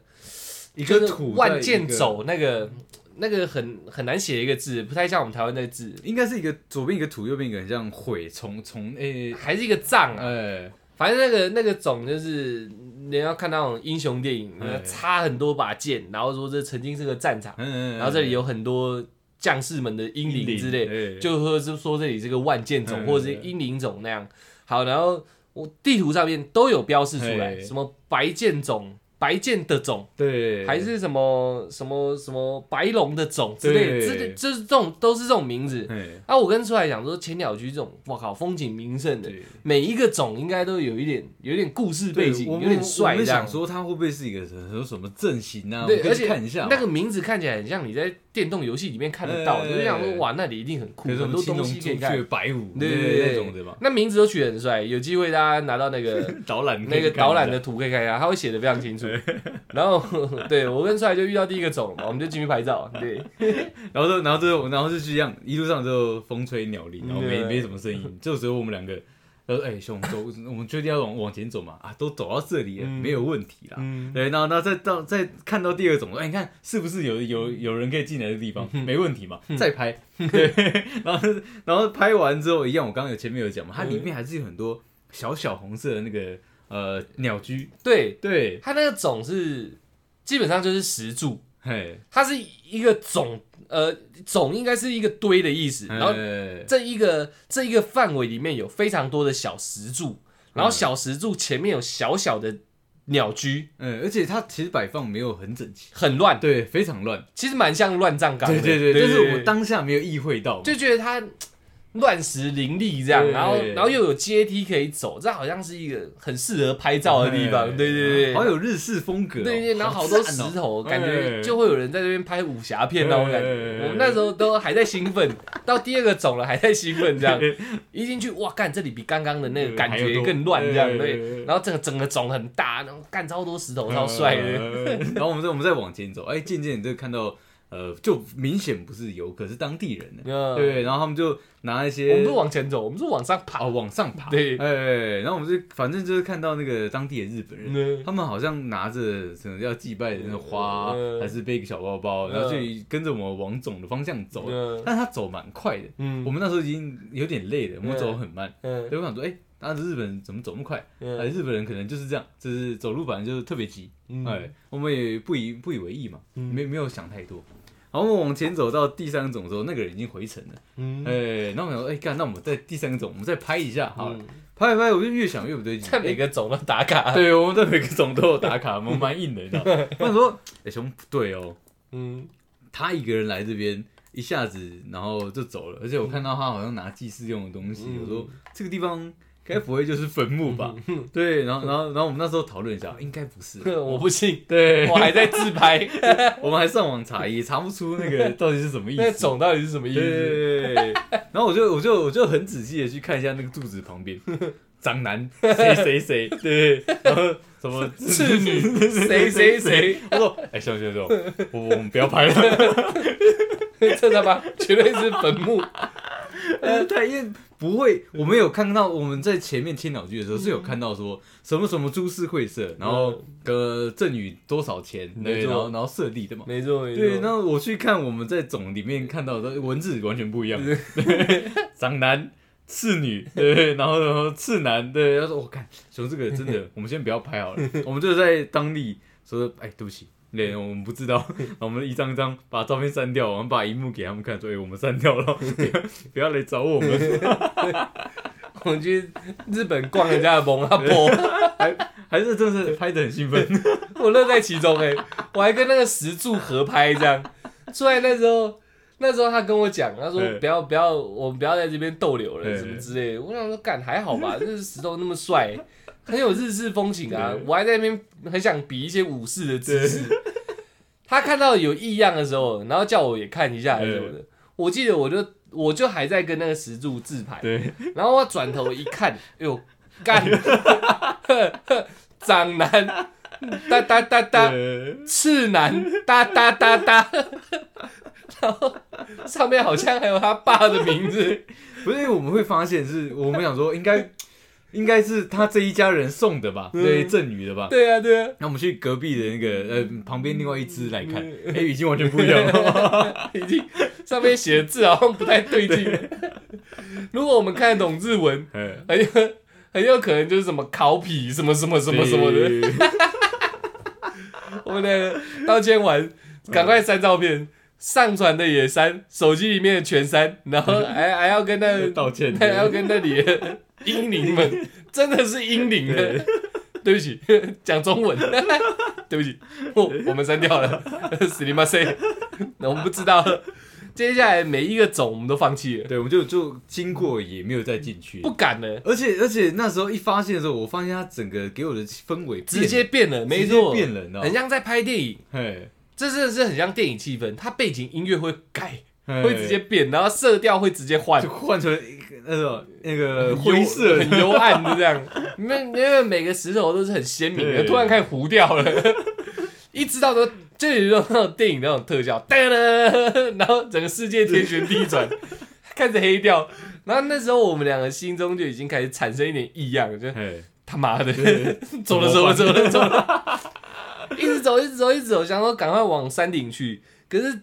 S2: 一
S1: 就
S2: 个
S1: 是
S2: 土
S1: 万箭
S2: 走，
S1: 走那个那个很很难写一个字，不太像我们台湾那个字，
S2: 应该是一个左边一个土，右边一个很像毁虫虫，哎
S1: 还是一个藏啊。
S2: 哎
S1: 反正那个那个种就是人要看那种英雄电影
S2: 哎，
S1: 插很多把剑，然后说这曾经是个战场，
S2: 嗯，
S1: 然后这里
S2: 有
S1: 有很多将士们的英灵之类，
S2: 类
S1: 就说是说这里是个万箭种
S2: 嗯
S1: 或者是英灵种那样。好，然后我地图上面都有标示出来，
S2: 哎
S1: 什么白箭种、白箭的种，
S2: 对，
S1: 还是什么什么什么白龙的种之类的，
S2: 对
S1: 这这就是这种都是这种名字。
S2: 哎
S1: 啊，我跟出来讲说千鸟居这种，我靠，风景名胜的，
S2: 对。
S1: 每一个种应该都有一点有点故事背景，
S2: 对我
S1: 有
S2: 们
S1: 点
S2: 我
S1: 帅
S2: 们
S1: 这样
S2: 想。说他会不会是一个什么什么阵型啊？
S1: 对
S2: 我，们可以
S1: 而
S2: 去
S1: 且
S2: 看一下嘛
S1: 那个名字看起来很像你在电动游戏里面看得到，
S2: 哎
S1: 你就想说哇，那里一定很酷，
S2: 可是什
S1: 很
S2: 么
S1: 多
S2: 青
S1: 东
S2: 龙
S1: 西可
S2: 朱
S1: 以
S2: 雀
S1: 看。
S2: 白虎，
S1: 对对
S2: 对
S1: 对
S2: 那种的嘛。
S1: 那名字都取得很帅，有机会大家拿到那 个
S2: 导览可以
S1: 那个
S2: 去看一
S1: 导览
S2: 下
S1: 的图可以看一下，他会写的非常清 楚。然后 对我跟帅就遇到第一个种嘛，我们就进去拍照。对，
S2: 然后就然后就然后就这样一路上就风吹鸟鸣，然后没
S1: 对
S2: 没什么声音，就只有我们两个他说：“哎、兄，走，我们决定要往往前走嘛，啊，都走到这里了，
S1: 嗯
S2: 没有问题啦。
S1: 嗯，
S2: 对，然后，然后再到再看到第二种，哎、你看是不是有有有人可以进来的地方，
S1: 嗯
S2: 没问题嘛？再拍， 对，然后然后拍完之后，一样，我刚刚有前面有讲嘛，它里面还是有很多小小红色的那个呃鸟居，
S1: 对，
S2: 对，
S1: 它那个种是基本上就是石柱，
S2: 嘿，
S1: 它是一个种，呃，种应该是一个堆的意
S2: 嗯
S1: 思，然后
S2: 嘿
S1: 这一个这一个范围里面有非常多的小石柱，
S2: 嗯
S1: 然后小石柱前面有小小的鸟居，
S2: 嗯，而且它其实摆放没有很整齐，
S1: 很乱，
S2: 对，非常乱，
S1: 其实蛮像乱葬岗的。
S2: 对对对，但是我们
S1: 当
S2: 当下没有意会到嘛，
S1: 就觉得它嘖乱石林立这样，
S2: 对
S1: 然后然后又有阶梯可以走，这好像是一个很适合拍照的地方。
S2: 嘿
S1: 对对对
S2: 哎好
S1: 对。
S2: 有日式风格哦，
S1: 对对，然后好多石
S2: 赞哦
S1: 头，
S2: 嘿
S1: 感觉就会有人在这边拍武侠片那种感觉。
S2: 嘿
S1: 我们那时候都还在兴奋，到第二个种了还在兴奋，这 样一进去哇，干这里比刚刚的那个感觉更乱，这样对。然后整个整个种很大，然后干超多石头，超帅的。
S2: 呃然后我们再我们再往前走，哎，渐渐你就看到，呃，就明显不是游客，是当地人呢。
S1: 嗯，
S2: 对，然后他们就拿一些
S1: 我们不是往前走，我们是往上爬。
S2: 哦往上爬，
S1: 对
S2: 哎，然后我们就反正就是看到那个当地的日本人。
S1: 嗯
S2: 他们好像拿着什么要祭拜的那个花，
S1: 嗯
S2: 还是背一个小包包，
S1: 嗯
S2: 然后就跟着我们往总的方向走。
S1: 嗯
S2: 但他走蛮快的，我
S1: 嗯
S2: 们那时候已经有点累了，我们
S1: 嗯
S2: 走很慢。
S1: 嗯
S2: 对，我想说，哎、那日本人怎么走那么快？哎、
S1: 嗯
S2: 日本人可能就是这样，就是走路反正就是特别急。
S1: 嗯
S2: 哎、我们也不以不以为意嘛，
S1: 嗯
S2: 没没有想太多。然后我们往前走到第三种的时候，那个人已经回城了。哎、
S1: 嗯，
S2: 那我想说，哎、干，那我们在第三种，我们再拍一下好了。
S1: 嗯
S2: 拍一拍，我就越想越不对劲。
S1: 在每个种都打卡。
S2: 哎对，我们在每个种都有打卡，我们蛮硬的，你知 道吗。我想说，哎、熊不对哦，
S1: 嗯
S2: 他一个人来这边，一下子然后就走了，而且我看到他好像拿祭祀用的东西，
S1: 嗯
S2: 我说这个地方该不会就是坟墓吧？ 对，然后然后然后我们那时候讨论一下，应该不是。
S1: 哼嗯 我不信，
S2: 对，
S1: 嗯我还在自 拍，
S2: 我们还上网查，也查不出那个到底是什么意
S1: 那
S2: 思。
S1: 种到底是什么意思？
S2: 对，然后我就我就我就很仔细的去看一下那个柱子旁边， 长男谁谁谁，对，然后什 么
S1: 次 女谁谁谁，
S2: 我说哎，熊熊熊，我我们不要拍了。
S1: 这他妈绝对是坟墓。
S2: 呃，对，因为不会，我们有看到我们在前面签鸟剧的时候
S1: 嗯
S2: 是有看到说什么什么株式会社，然后呃赠与多少钱，
S1: 没
S2: 对，
S1: 错
S2: 然后然后设立的嘛。
S1: 没错没
S2: 对，
S1: 错。
S2: 那我去看我们在总里面看到的文字完全不一样，对， 长男。次女对，然后然后次男对，他说我看熊这个真 的，我们先不要拍好了，我们就在当地说，哎，对不起，对，我们不知道， 然后我们一张张把照片删掉，我们把荧幕给他们看，说，哎，我们删掉了， 不要来找我们，
S1: 我们去日本逛人家的蒙阿波，
S2: 还还是真的是拍的很兴奋，
S1: 我乐在其中哎、我还跟那个石柱合拍这样。出来那时候，那时候他跟我讲，他说
S2: 对
S1: 不要不要，我们不要在这边逗留
S2: 对
S1: 了什么之类的。我想说，干还好吧，这石头那么帅，很有日式风情啊
S2: 对。
S1: 我还在那边很想比一些武士的姿势。他看到有异样的时候，然后叫我也看一下还是什么的。
S2: 嗯
S1: 我记得我就我就还在跟那个石柱自拍，
S2: 对，
S1: 然后我转头一看，哎呦，干， 长男，哒哒哒哒，
S2: 对
S1: 次男，哒哒哒哒，然后上面好像还有他爸的名字，
S2: 不是因为我们会发现是，我们想说应该应该是他这一家人送的吧，
S1: 嗯
S2: 对，赠予的吧。
S1: 对啊对啊，
S2: 那我们去隔壁的那个呃旁边另外一只来看，
S1: 嗯
S2: 哎、已经完全不 一样了。
S1: 已经上面写的字好像不太对劲。如果我们看得懂日文，
S2: 哎
S1: 很有很有可能就是什么考皮什么什么什么什么的。
S2: 对
S1: 我们的道歉完，赶快删照片，上传的也删，手机里面的全删，然后还还要跟那
S2: 道歉
S1: 还要跟那里的英灵们，真的是英灵的，对不起，讲中文， 对不起，我我们删掉了，死你妈谁？我们不知道，接下来每一个种我们都放弃了，
S2: 对，我们就就经过也没有再进去
S1: 不。敢了，
S2: 而且而且那时候一发现的时候，我发现他整个给我的氛围变
S1: 直接变了，没
S2: 直接
S1: 错，
S2: 变了你知道吗
S1: 很像在拍电影。
S2: 嘿
S1: 这真的是很像电影气氛，它背景音乐会改，
S2: 嘿
S1: 会直接变，然后色调会直接换
S2: 就，换成一个那种 那个
S1: 很
S2: 灰
S1: 幽
S2: 色
S1: 很幽暗的这 样。那因为每个石头都是很鲜明的，
S2: 对
S1: 突然开始糊掉了， 一知道都就有那种电影 那种特效，噔噔，然后整个世界天旋地转，看着黑掉，然后那时候我们两个心中就已经开始产生一点异样，就
S2: 嘿，
S1: 他妈的，走
S2: 怎
S1: 了
S2: 么
S1: 走了走
S2: 办
S1: 了走了， 一直走一直走一直走，想说赶快往山顶去，可是。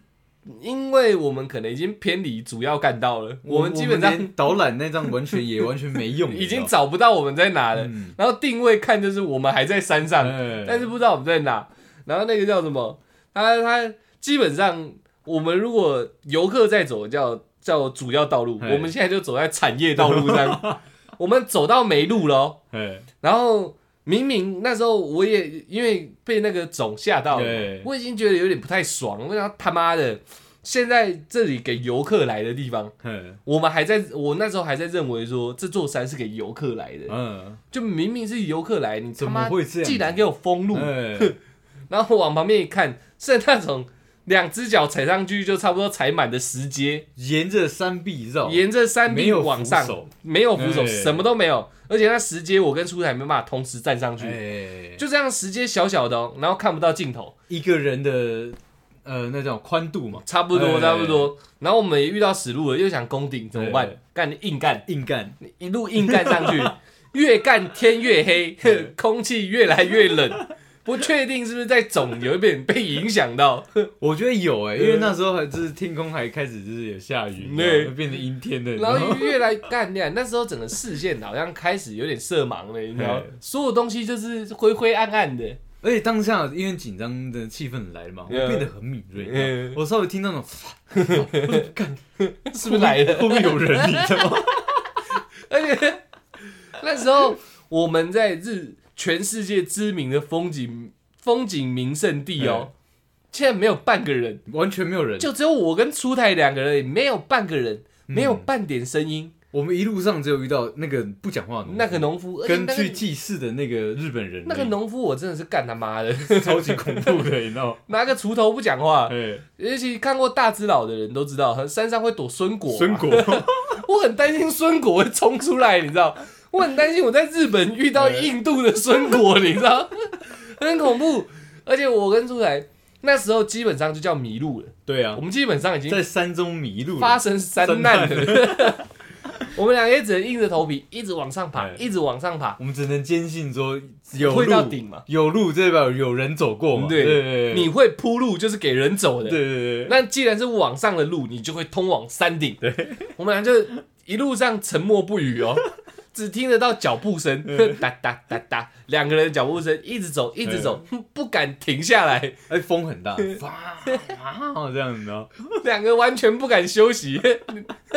S1: 因为我们可能已经偏离主要干道了，嗯我们基本上
S2: 连导览那张完全也完全没 用，
S1: 已经
S2: 找
S1: 找不到我们在哪了。
S2: 嗯，
S1: 然后定位看就是我们还在山上，但
S2: 但
S1: 是不知道我们在哪。然后那个叫什么？他他基本上我们如果游客在走叫叫主要道路，
S2: 嘿
S1: 我们现在就走在产业道路 上，我们走到没路了哦。
S2: 嘿，
S1: 然后明明那时候我也因为被那个种吓到了
S2: 对，
S1: 我已经觉得有点不太爽，我想他妈的，现在这里给游客来的地方。
S2: 嘿，
S1: 我们还在，我那时候还在认为说这座山是给游客来的，
S2: 嗯，
S1: 就明明是游客来，你他
S2: 怎
S1: 妈
S2: 么会这样？
S1: 既然给我封路，
S2: 嘿，
S1: 然后我往旁边一看，是那种两只脚踩上去就差不多踩满的石阶，
S2: 沿着山壁绕，
S1: 沿着山
S2: 没
S1: 壁
S2: 有
S1: 往
S2: 扶
S1: 上，
S2: 手
S1: 没有扶手，
S2: 哎
S1: 什么都没有，而且那石阶我跟出海没办法同时站上去，
S2: 哎，就
S1: 就这样石阶小小的、哦，然后看不到尽头，
S2: 一个人的呃那叫宽度嘛，
S1: 差不多
S2: 哎
S1: 差不多。然后我们也遇到死路了，又想攻顶怎么办
S2: 哎？
S1: 干硬干，
S2: 硬干，
S1: 一路硬干上去，越干天越黑，
S2: 哎
S1: 空气越来越冷。不确定是不是在总有一点被影响到，
S2: 我觉得有哎，因为那时候还就是天空还开始就是有下雨，
S1: 对
S2: 然后变成阴天的，
S1: 然后越来干亮，那时候整个视线好像开始有点色盲了，你知道吗
S2: 嘿，
S1: 所有东西就是灰灰暗暗的。
S2: 而且当下因为紧张的气氛来了嘛，我
S1: Yeah.
S2: 变得很敏锐
S1: Yeah.
S2: 我稍微听到那种
S1: 是不是来了
S2: 后面有人，你知道吗？
S1: 而且 那时候我们在日全世界知名的风景风景名胜地哦，竟然没有半个人，
S2: 完全没有人，
S1: 就只有我跟初太两个人而已，没有半个人，
S2: 嗯
S1: 没有半点声音。
S2: 我们一路上只有遇到那个不讲话的农夫
S1: 那个农夫，而且
S2: 嗯跟
S1: 那
S2: 去
S1: 个
S2: 祭祀的那个日本人，
S1: 那个农夫，我真的是干他妈的，
S2: 超级恐怖的，你知道吗？
S1: 拿个锄头不讲 话。
S2: 哎，
S1: 尤其看过大只佬的人都知道，山上会躲孙果、啊
S2: 孙 果，
S1: 我很担心孙果会冲出来，你知道？我很担心我在日本遇到印度的孙果，你知道？ 很恐怖。而且我跟出来那时候基本上就叫迷路了，
S2: 对啊
S1: 我，们基本上已经
S2: 在山中迷路了，
S1: 发生三难了。我们俩也只能硬着头皮一直往上爬，
S2: 对
S1: 一直往上爬。
S2: 我们只能坚信说有路
S1: 会到顶嘛，
S2: 有路对吧？有人走过嘛，对
S1: 对，
S2: 对
S1: 你会铺路就是给人走的
S2: 对。对对，
S1: 那既然是往上的路，你就会通往山顶。我们俩就一路上沉默不语哦， 只听得到脚步声，
S2: 嗯
S1: 哒哒哒哒，两个人脚步声一直走，一直走，
S2: 嗯
S1: 不敢停下来，
S2: 哎，风很 大，哇，哇这样子哦，
S1: 两个完全不敢休息，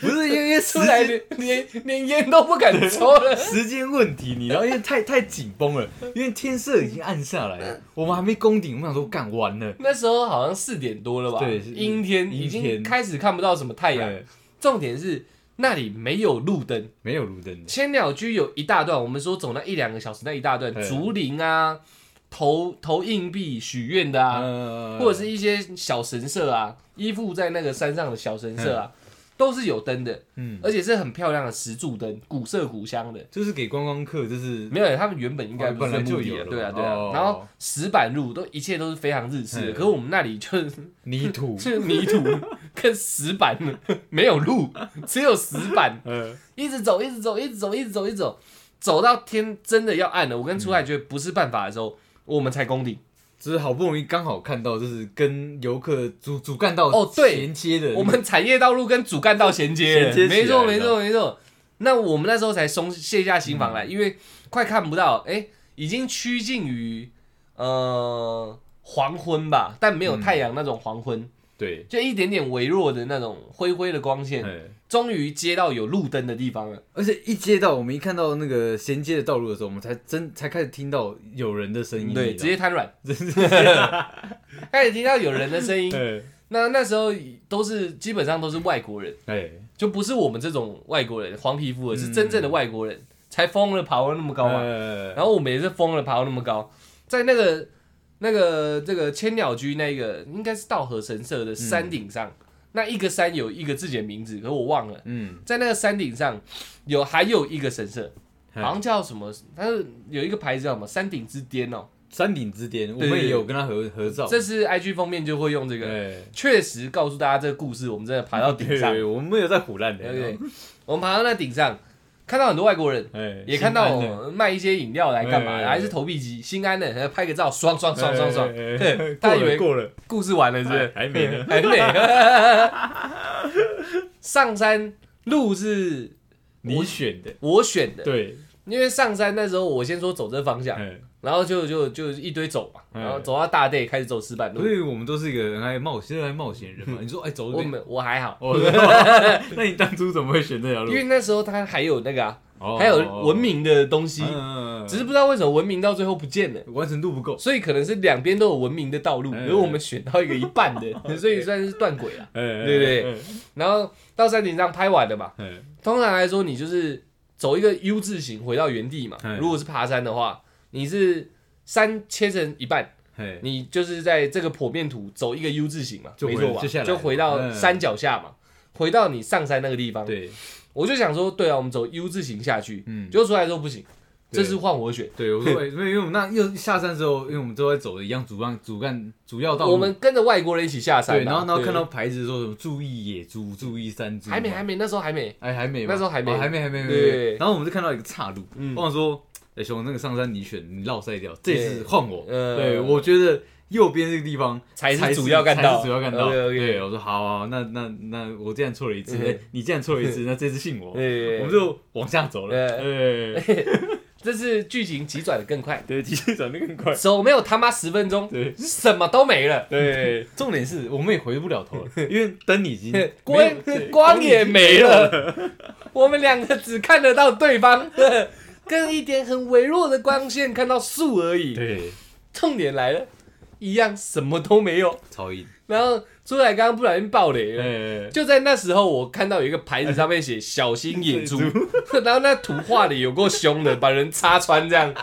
S2: 不是因为因为
S1: 出
S2: 时
S1: 来
S2: 间
S1: 连连连烟都不敢抽了。
S2: 时间问题，你知道，因为太太紧绷了，因为天色已经暗下来了， 我们还没攻顶，我们想说干完了，
S1: 那时候好像四点多了吧，
S2: 对是
S1: 阴天已
S2: 阴
S1: 经
S2: 天
S1: 开始看不到什么太阳。
S2: 对啊
S1: 重点是那里没有路灯，
S2: 没有路灯的，
S1: 千鸟居有一大段，我们说走那一两个小时那一大段，
S2: 对
S1: 竹林啊，投投硬币许愿的啊，
S2: 呃
S1: 或者是一些小神社啊，依附在那个山上的小神社啊，都是有灯的，
S2: 嗯，
S1: 而且是很漂亮的石柱灯，古色古香的。
S2: 就是给观光客，就是
S1: 没有，他们原本应该不是在目的
S2: 哦本来就有
S1: 啊
S2: 了
S1: 对啊，对啊
S2: 哦。嗯
S1: 然后石板路都一切都是非常日式的，
S2: 嘿
S1: 可是我们那里就是，
S2: 泥土
S1: 是泥土跟石板，没有路，只有石板。
S2: 呃，
S1: 一直走，一直走，一直走，一直走，一直走，走到天真的要暗了，我跟出海觉得不是办法的时候，我们才攻顶。
S2: 就是好不容易刚好看到，就是跟游客主主干道
S1: 哦对
S2: 衔接的那个，
S1: 我们产业道路跟主干道衔接了，
S2: 衔接起来
S1: 没错，
S2: 了
S1: 没错，没错。那我们那时候才松卸下心防
S2: 嗯
S1: 来，因为快看不到，哎、已经趋近于呃黄昏吧，但
S2: 嗯
S1: 没有太阳那种黄昏，
S2: 对，
S1: 就一点点微弱的那种灰灰的光线，
S2: 哎
S1: 终于接到有路灯的地方了。
S2: 而且一接到我们一看到那个衔接的道路的时候，我们才真才开始听到有人的声音，
S1: 对，
S2: 你
S1: 直
S2: 知
S1: 接瘫 软，
S2: 道吗，
S1: 开始听到有人的声音，
S2: 对，
S1: 那那时候都是基本上都是外国人，
S2: 哎，
S1: 就不是我们这种外国人黄皮肤的，是真
S2: 嗯
S1: 正的外国人，才疯了爬到那么高嘛。
S2: 呃
S1: 然后我们也是疯了爬到那么高，在那个那个这个千鸟居那个应该是道和神社的
S2: 嗯
S1: 山顶上，那一个山有一个自己的名字，可我忘了。
S2: 嗯，
S1: 在那个山顶上有还有一个神社，
S2: 嗯
S1: 好像叫什么？它是有一个牌子叫什么“山顶之巅”哦，
S2: 山顶之巅，我
S1: 对
S2: 们也有跟他合合照。
S1: 这次 IG 封面就会用这个，
S2: 哦对
S1: 确实告诉大家这个故事，我们真的爬到顶
S2: 对，
S1: 上，
S2: 对我们没有在胡乱的。
S1: 对不对？我们爬到那顶上，看到很多外国人，
S2: 哎，
S1: 也看到
S2: 心安的
S1: 我卖一些饮料来干嘛
S2: 哎
S1: 的，还是投币机，心安的，拍个照，爽爽爽爽爽。
S2: 哎哎哎
S1: 对，
S2: 过
S1: 大家以
S2: 了
S1: 为
S2: 过了，
S1: 故事完了是不是？
S2: 哎还没呢
S1: 还没。 上山路是
S2: 你选的，
S1: 我选的，
S2: 对，
S1: 因为上山那时候我先说走这方向，
S2: 哎
S1: 然后就就就一堆走嘛，
S2: 哎
S1: 然后走到大队开始走石板
S2: 所
S1: 路。
S2: 以我们都是一个很爱冒险、热爱冒险人嘛。你说，哎，走这
S1: 我
S2: 边，
S1: 们嗯我还好，
S2: 哦， 那你当初怎么会选这条路
S1: 因？为那时候它还有那个啊，
S2: 哦
S1: 还有文，明的东西
S2: 嗯，嗯嗯
S1: 只是不知道为什么文明到最后不见了。
S2: 完成度不够。
S1: 所以可能是两边都有文明的道路，
S2: 哎
S1: 而我们选到一个一半 的，所以算是断轨了。
S2: 哎，哎
S1: 对对，然后到山顶上拍完了嘛，
S2: 哎哎
S1: 通常来说，你就是走一个 U 字形回到原地嘛
S2: 嗯。
S1: 如果是爬山的话，你是山切成一半，
S2: 哎，
S1: 你就是在这个剖面图走一个 U 字形嘛，
S2: 就回
S1: 没错吧
S2: 就下？来
S1: 就回到
S2: 嗯
S1: 山脚下嘛，回到你上山那个地方。
S2: 对
S1: 我就想说，对啊，我们走 U 字形下去，
S2: 嗯
S1: 结果出来说不行，
S2: 对
S1: 这是换我选。
S2: 对，我说， 哎因为因为我们那又下山之后，因为我们都在走的一样主干主干主要道路，
S1: 我们跟着外国人一起下山
S2: 对，
S1: 嘛，
S2: 然后然后
S1: 对
S2: 看到嗯牌子说什么注意野猪，注意山猪，啊
S1: 还没还没，那时候还没，
S2: 哎，还没吧，
S1: 那时候还没
S2: 哦还没，还没，还没
S1: 对嗯
S2: 然后我们就看到一个岔路，我想说，哎、兄，那个上山你选，你绕赛掉，这次换我。
S1: 呃
S2: 对，我觉得右边这个地方
S1: 才是
S2: 是
S1: 主要干道
S2: 才是主要干道。
S1: OK，OK
S2: 对，哦我说好好，那那那我既然错了一次，
S1: 嗯
S2: 哎你既然错了一次，那这次信我，我
S1: 对
S2: 们就往下走了。
S1: 呃
S2: 对，
S1: 这次剧情急转的更快，
S2: 对，其实转的更快。
S1: 走没有他妈十分钟，
S2: 对
S1: 什么都没了。
S2: 对，重点是我们也回不了头了，因为灯已经
S1: 光
S2: 没有对
S1: 光
S2: 已
S1: 也
S2: 经
S1: 没了， 我们两个只看得到对方， 跟一点很微弱的光线看到树而已。
S2: 对，
S1: 重点来了，一样什么都没有。
S2: 超硬。
S1: 然后出来刚刚不小心爆雷了，
S2: 哎，
S1: 就在那时候，我看到有一个牌子上面写“小心野猪
S2: 野”，
S1: 然后那图画里有够凶的，把人插穿这样。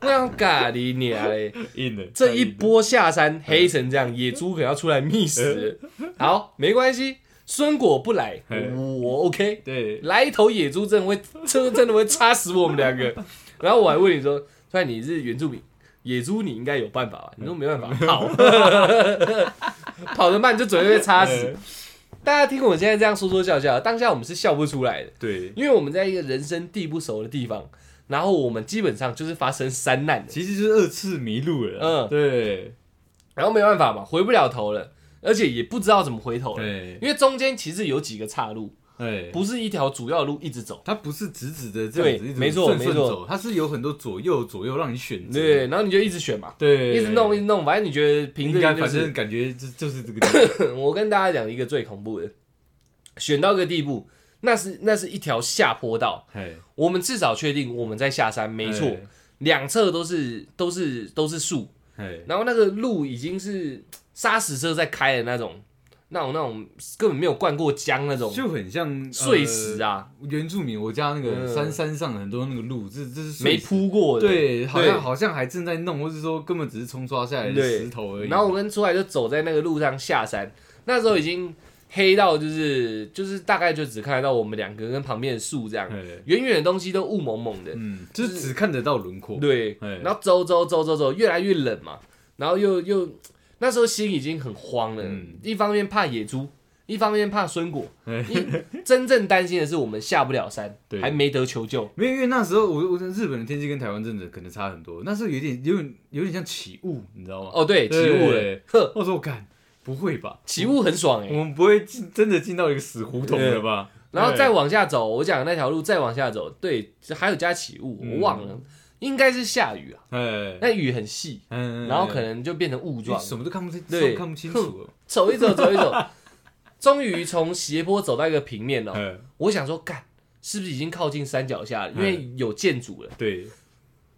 S1: 我想咖喱你啊嘞！
S2: 哎硬的
S1: 这一波下山黑成这样，野猪可能要出来觅食了。好，没关系，孙果不来，
S2: 嗯
S1: 我 OK。
S2: 对，
S1: 来一头野猪真的会，真真的会插死我们两个。然后我还问你说，虽然你是原住民，野猪你应该有办法吧？你说没办法，跑，跑得慢就准备被
S2: 哎
S1: 插死。大家听我现在这样说说笑笑，当下我们是笑不出来的，
S2: 对，
S1: 因为我们在一个人生地不熟的地方，然后我们基本上就是发生山难的，
S2: 其实就是二次迷路了
S1: 嗯
S2: 啦。对
S1: 然后没办法嘛，回不了头了，而且也不知道怎么回头了，
S2: 对，
S1: 因为中间其实有几个岔路，
S2: 哎，
S1: 不是一条主要路一直走。
S2: 它不是直直的这
S1: 对
S2: 样子一直
S1: 没错
S2: 顺顺
S1: 没错
S2: 走，它是有很多左右左右让你选择。
S1: 对，然后你就一直选嘛，
S2: 对，
S1: 一直弄一直弄，反正你觉得凭
S2: 应
S1: 这
S2: 该
S1: 个就
S2: 反正
S1: 是。
S2: 感觉就就是这个地 方
S1: 我跟大家讲一个最恐怖的，选到一个地步，那是那是一条下坡道，
S2: 哎，
S1: 我们至少确定我们在下山，没错，两侧都是都是都是树，
S2: 哎，
S1: 然后那个路已经是砂石车在开的那种，那种那种根本没有灌过浆那种
S2: 就呃很像
S1: 碎石
S2: 啊。
S1: 啊，
S2: 原住民，我家那个
S1: 嗯
S2: 山山上很多那个路，这这是碎
S1: 没
S2: 石
S1: 铺过的，
S2: 对，好像好像还正在弄，或是说根本只是冲刷下来的
S1: 对
S2: 石头而已。
S1: 然后我跟出来就走在那个路上下山，那时候已经黑到就是就是大概就只看得到我们两个跟旁边的树这样，
S2: 哎，
S1: 远远的东西都雾蒙蒙的。
S2: 嗯，就是只看得到轮廓。
S1: 对，
S2: 哎
S1: 然后走走走走走，越来越冷嘛，然后又又那时候心已经很慌了，
S2: 嗯
S1: 一方面怕野猪。一方面怕孙果，
S2: 哎
S1: 一真正担心的是我们下不了山，
S2: 对
S1: 还没得求救。
S2: 没有，因为那时候我我日本的天气跟台湾真的可能差很多，那时候有点有点有点像起雾，你知道吗？
S1: 哦，对，起雾了，
S2: 对
S1: 呵，
S2: 我说我干，不会吧？
S1: 起雾很爽哎、
S2: 我们不会进真的进到一个死胡同了吧？
S1: 然后
S2: 对
S1: 再往下走，我讲的那条路再往下走，对，还有加起雾，
S2: 嗯
S1: 我忘了，应该是下雨啊，
S2: 哎，
S1: 那雨很细，
S2: 嗯
S1: 然后可能就变成雾
S2: 就
S1: 状，
S2: 什么都看不清，
S1: 对
S2: 看不 清楚了。
S1: 走一走，走一走，终于从斜坡走到一个平面哦 了。
S2: 哎，
S1: 我想说，干，是不是已经靠近山脚下了？因为有建筑了。
S2: 对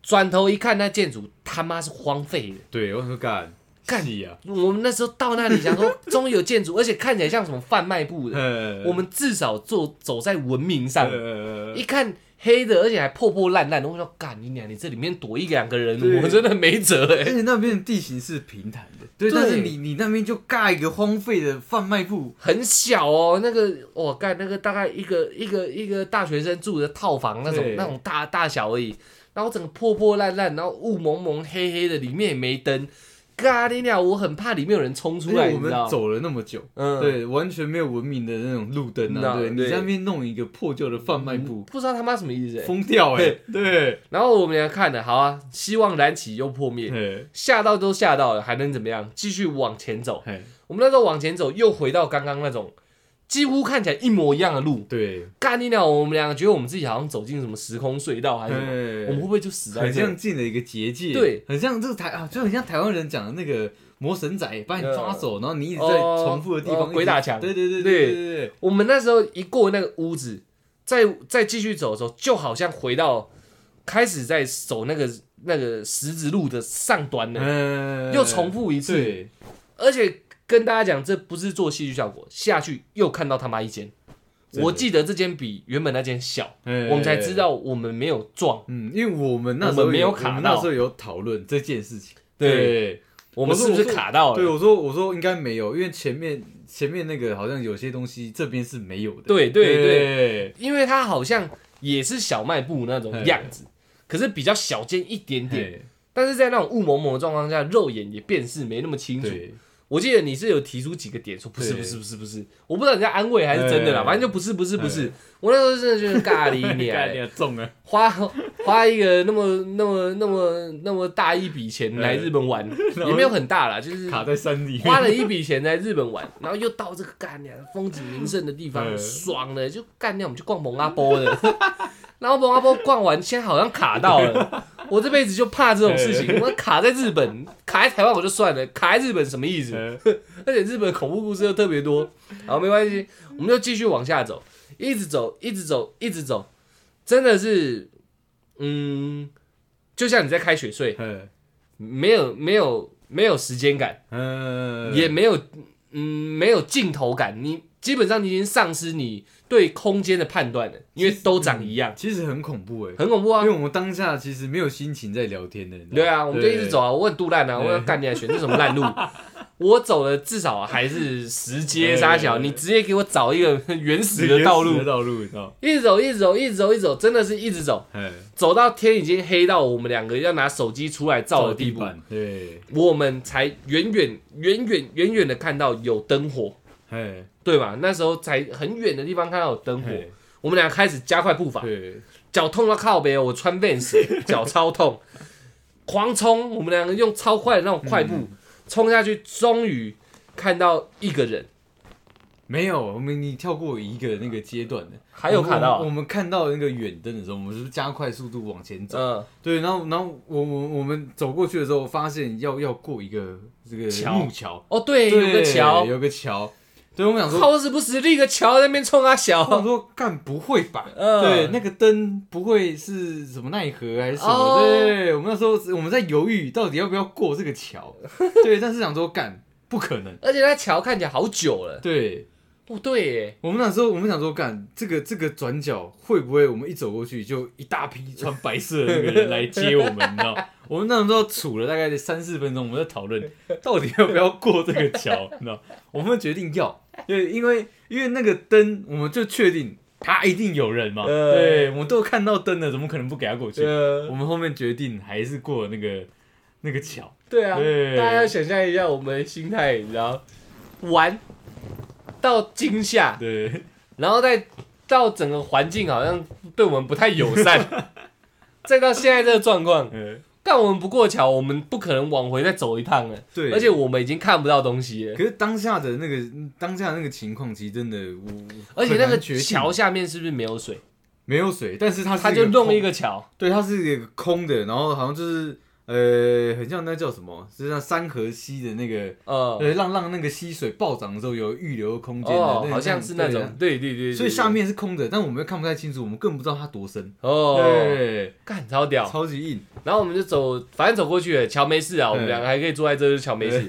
S1: 转头一看，那建筑他妈是荒废的。
S2: 对，我想说干
S1: 干
S2: 气啊呀，
S1: 我们那时候到那里，想说终于有建筑，而且看起来像什么贩卖部的。
S2: 呃，
S1: 我们至少走走在文明上，嗯
S2: 呃，
S1: 一看黑的，而且还破破烂烂的，我说干你娘！你这里面躲一两个人，
S2: 对
S1: 我真的没辙哎、
S2: 而且那边的地形是平坦的，对，
S1: 对
S2: 但是你你那边就盖一个荒废的贩卖部，
S1: 很小哦，那个我干那个大概一个一个一个大学生住的套房那种
S2: 对
S1: 那种大大小而已。然后整个破破烂烂，然后雾蒙蒙黑黑的，里面也没灯。嘎喱鸟，我很怕里面有人冲出来，
S2: 因哎为我
S1: 你知道
S2: 们
S1: 吗？
S2: 走了那么久，
S1: 嗯，，
S2: 对，完全没有文明的那种路灯啊，
S1: 那
S2: 对你
S1: 对
S2: 在那边弄一个破旧的贩卖部，
S1: 不知道他妈什么意思、欸。
S2: 疯掉哎，对，
S1: 然后我们俩看了，好啊，希望燃起又破灭，
S2: 嘿
S1: 吓到都吓到了，还能怎么样？继续往前走。
S2: 嘿，
S1: 我们那时候往前走，又回到刚刚那种几乎看起来一模一样的路。
S2: 对，
S1: 干你鸟！我们两个觉得我们自己好像走进什么时空隧道还是什么，
S2: 嘿
S1: 我们会不会就死在
S2: 很
S1: 这？
S2: 像进了一个结界，
S1: 对，
S2: 很像这个台啊，就很像台湾人讲的那个魔神仔把你抓走，然后你一直在
S1: 哦
S2: 重复的地
S1: 哦
S2: 方一直，
S1: 鬼打墙
S2: 对对对
S1: 对
S2: 对对
S1: 我们那时候一过那个屋子，再再继续走的时候，就好像回到开始在走那个那个十字路的上端
S2: 对，
S1: 了，
S2: 嗯
S1: 又重复一次。
S2: 对，
S1: 而且跟大家讲，这不是做戏剧效果，下去又看到他妈一间。
S2: 真的
S1: 我记得这间比原本那间小，
S2: 我
S1: 我们才知。道我们没有撞，
S2: 嗯，因为我们那时
S1: 我
S2: 候
S1: 们没有
S2: 有
S1: 卡
S2: 我们
S1: 到
S2: 那时候有讨论这件事情。
S1: 对哦我们是不是
S2: 我说
S1: 卡到
S2: 对，
S1: 了？
S2: 我说我说应该没有，因为前面前面那个好像有些东西这边是没有的。
S1: 对对对，
S2: 对
S1: 因为它好像也是小卖部那种样子，可是比较小间一点点，
S2: 对
S1: 但是在那种雾蒙蒙的状况下，肉眼也辨识没那么清楚。
S2: 对，
S1: 我记得你是有提出几个点，说不是
S2: 对
S1: 不是不是不是，我不知道你在安慰还是真的啦，
S2: 哎
S1: 反正就不是不是不是。我那时候真的就是咖 喱 你
S2: 概念中了，
S1: 花花一个那么那么那么那么大一笔钱来日本 玩，
S2: 后
S1: 也没有很大啦，就是
S2: 卡在山里面。
S1: 花了一笔钱来日本玩，然后又到这个干娘风景名胜的地方，
S2: 嗯
S1: 爽了就干掉，我们去逛蒙阿波的，啊 然后蒙阿波逛完，现在好像卡到了，我这辈子就怕这种事情，我卡在日本，卡在台湾我就算了，卡在日本什么意思？
S2: 呃
S1: 而且日本恐怖故事又特别多。好，没关系，我们就继续往下走，一直走，一直走，一直走，真的是，嗯，就像你在开雪隧，
S2: 呃
S1: 没有没有没有时间感，
S2: 呃，
S1: 也没有嗯没有尽头感，你基本上你已经丧失你对空间的判断了，因为都长一样，
S2: 其实很恐怖哎，
S1: 很恐怖啊
S2: 因为。我们当下其实没有心情在聊天的，你知道吗
S1: 对啊，我们就一直走。啊，我很杜烂啊，
S2: 对
S1: 我要干你啊，选这什么烂路？我走了至少还是十阶
S2: 对
S1: 沙小，
S2: 对
S1: 你直接给我找一个原始
S2: 对
S1: 的道
S2: 原
S1: 路
S2: 始的，道路，你知道吗？
S1: 一直走，一直走，一直走，一直走，真的是一直走，
S2: 哎，
S1: 走到天已经黑到我们两个要拿手机出来照的地步，
S2: 板，对，
S1: 我们才远远、远远、远远的看到有灯火，
S2: 哎，
S1: 对吧？那时候才很远的地方看到有灯火，
S2: 嘿
S1: 我们俩开始加快步伐，
S2: 对，
S1: 脚痛到靠背，我穿 Vans，脚 超痛，狂冲，我们两个用超快的那种快
S2: 嗯
S1: 步冲下去，终于看到一个人，
S2: 没有，我们你跳过一个那个阶段的，
S1: 还有卡
S2: 我们我
S1: 到，
S2: 们看到那个远灯的时候，我们是不是加快速度往前走？
S1: 嗯，
S2: 对，然后然后我我我们走过去的时候，发现要要过一个这个
S1: 桥
S2: 木桥，
S1: 哦对，有
S2: 对
S1: 个桥，
S2: 有个桥。对，我们想说，
S1: 好死不死立个桥在那边冲 啊
S2: 我想
S1: 小，
S2: 说干不会吧？
S1: 嗯
S2: 对，那个灯不会是什么奈何还是什么？
S1: 哦
S2: 对，我们那时候是我们在犹豫到底要不要过这个桥。对，但是想说干不可能。
S1: 而且那桥看起来好久了。
S2: 对，
S1: 哦，对耶，
S2: 我们那时候我们想说，干这个这个转角会不会我们一走过去就一大批穿白色的那个人来接我们？你知道， 我们那时候杵了大概三四分钟，我们在讨论到底要不要过这个桥，你知道，我们决定要，对，因为因为那个灯，我们就确定他一定有人嘛，
S1: 呃
S2: 对，我们都看到灯了，怎么可能不给他过去？
S1: 呃
S2: 我，们后面决定还是过那个那个桥，
S1: 对啊，
S2: 对
S1: 大家要想象一下我们的心态，你知道，玩到惊吓，
S2: 对，
S1: 然后再到整个环境好像对我们不太友 善，再到现在这个状况，
S2: 呃，
S1: 但我们不过桥，我们不可能往回再走一趟了。
S2: 对，
S1: 而且我们已经看不到东西了，
S2: 可是当下的那个当下的那个情况，其实真的我，
S1: 而且那
S2: 很
S1: 个
S2: 难决定
S1: 桥下面是不是没有水？
S2: 没有水，但是它
S1: 他就弄一
S2: 个
S1: 个桥，
S2: 空，对，它是一个空的，然后好像就是呃，很像那叫什么，就像三河溪的那个，
S1: 呃，
S2: 对，让让那个溪水暴涨的时候有预留空间的，
S1: 哦
S2: 那，个
S1: 好像是那
S2: 对
S1: 种
S2: 啊，
S1: 对对对对，
S2: 所以
S1: 对
S2: 下面是空的，但我们又看不太清楚，我们更不知道它多深，
S1: 哦，
S2: 对，
S1: 干超屌，
S2: 超级硬，
S1: 然后我们就走，反正走过去了，桥没事啊，我们两个还可以坐在这，就是桥没事，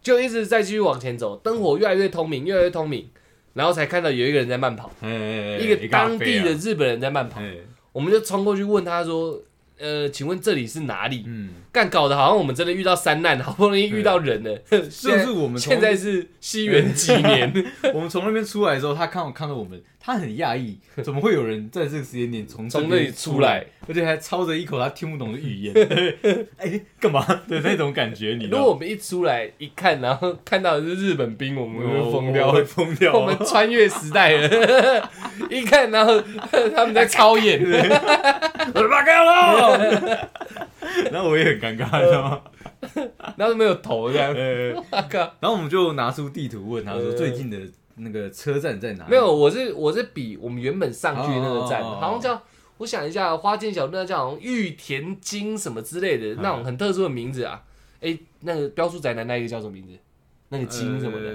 S1: 就一直再继续往前走，灯火越来越通明，越来越通明，然后才看到有一个人在慢跑，
S2: 哎，
S1: 一个啊当地的，日本人在慢跑，
S2: 哎，
S1: 我们就冲过去问他说，呃，请问这里是哪里？
S2: 嗯，
S1: 干搞得好像我们真的遇到山难，好不容易遇到人了，
S2: 就是我们 从
S1: 现在是西元几年，
S2: 我们从那边出来的时候，他看我看到我们，他很 讶异，怎么会有人在这个时间点从
S1: 从
S2: 这
S1: 那
S2: 边
S1: 里出来，
S2: 而且还操着一口他听不懂的语言，哎，干嘛的那种感觉，你知
S1: 如
S2: 道
S1: 果我们一出来一看，然后看到的是日本兵，我们
S2: 我
S1: 会疯掉
S2: 我。会疯掉，
S1: 哦我们穿越时代了， 一看然后 他们在操演，
S2: 我八嘎了，然后我也很尴尬，你知 道吗？
S1: 然后没有头这样。
S2: 呃，
S1: 我靠，
S2: 然后我们就拿出地图问他说
S1: 呃
S2: 最近的那个车站在哪里？呃
S1: 没有，我是我是比我们原本上去那个站，
S2: 哦哦哦哦
S1: 好像叫我想一下，花间小路那叫好像玉田京什么之类
S2: 嗯
S1: 的那种很特殊的名字啊。哎，那个标叔宅男那一个叫什么名字？那个
S2: 呃，
S1: 京什么的，
S2: 的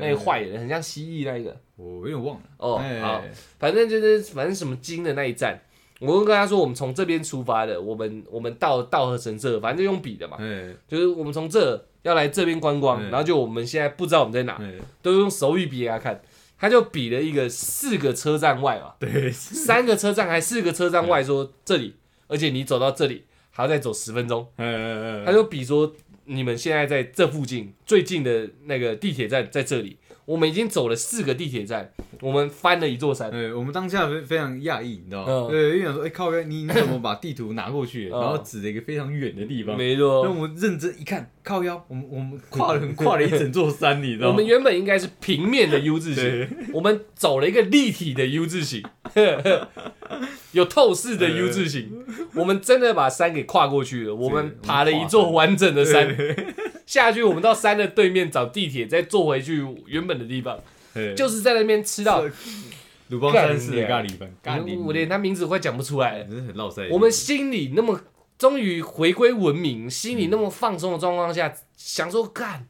S1: 那个，坏人很像蜥蜴那一个。
S2: 我有点忘了。
S1: 哦，
S2: 哎
S1: 好，反正就是反正什么金的那一站，我就跟他说我们从这边出发的，我们我们到到和神社，反正就用笔的嘛，
S2: 哎
S1: 就是我们从这要来这边观光，
S2: 嗯
S1: 然后就我们现在不知道我们在哪，
S2: 哎，
S1: 都用手语比给他看，他就比了一个四个车站外嘛，
S2: 对，
S1: 三个车站还四个车站外说这里，而且你走到这里还要再走十分钟，
S2: 呃
S1: 他就比说你们现在在这附近最近的那个地铁站在这里，我们已经走了四个地铁站，我们翻了一座山。
S2: 对，我们当下非非常讶异，你知道吗？
S1: 嗯
S2: 对，因为想说，哎、靠边，你你怎么把地图拿过去，
S1: 嗯
S2: 然后指了一个非常远的地方？
S1: 没
S2: 那
S1: 错，
S2: 我们认真一看，靠腰，我们我们跨了跨了一整座山，你知道
S1: 我
S2: 吗
S1: 们？原本应该是平面的 U 字
S2: 对
S1: 形，我们走了一个立体的 U 字形， 有透视的 U 字形。我们真的把山给跨过去了，我们爬了一座完整的山下去。我们到山的对面找地铁，再坐回去原本的地方，
S2: 对
S1: 就是在那边吃到，
S2: 鲁邦三世的咖喱饭，咖喱
S1: 我连他名字快讲不出来了
S2: 真。是很落塞。
S1: 我们心里那么终于回归文明，心里那么放松的状况下，想说干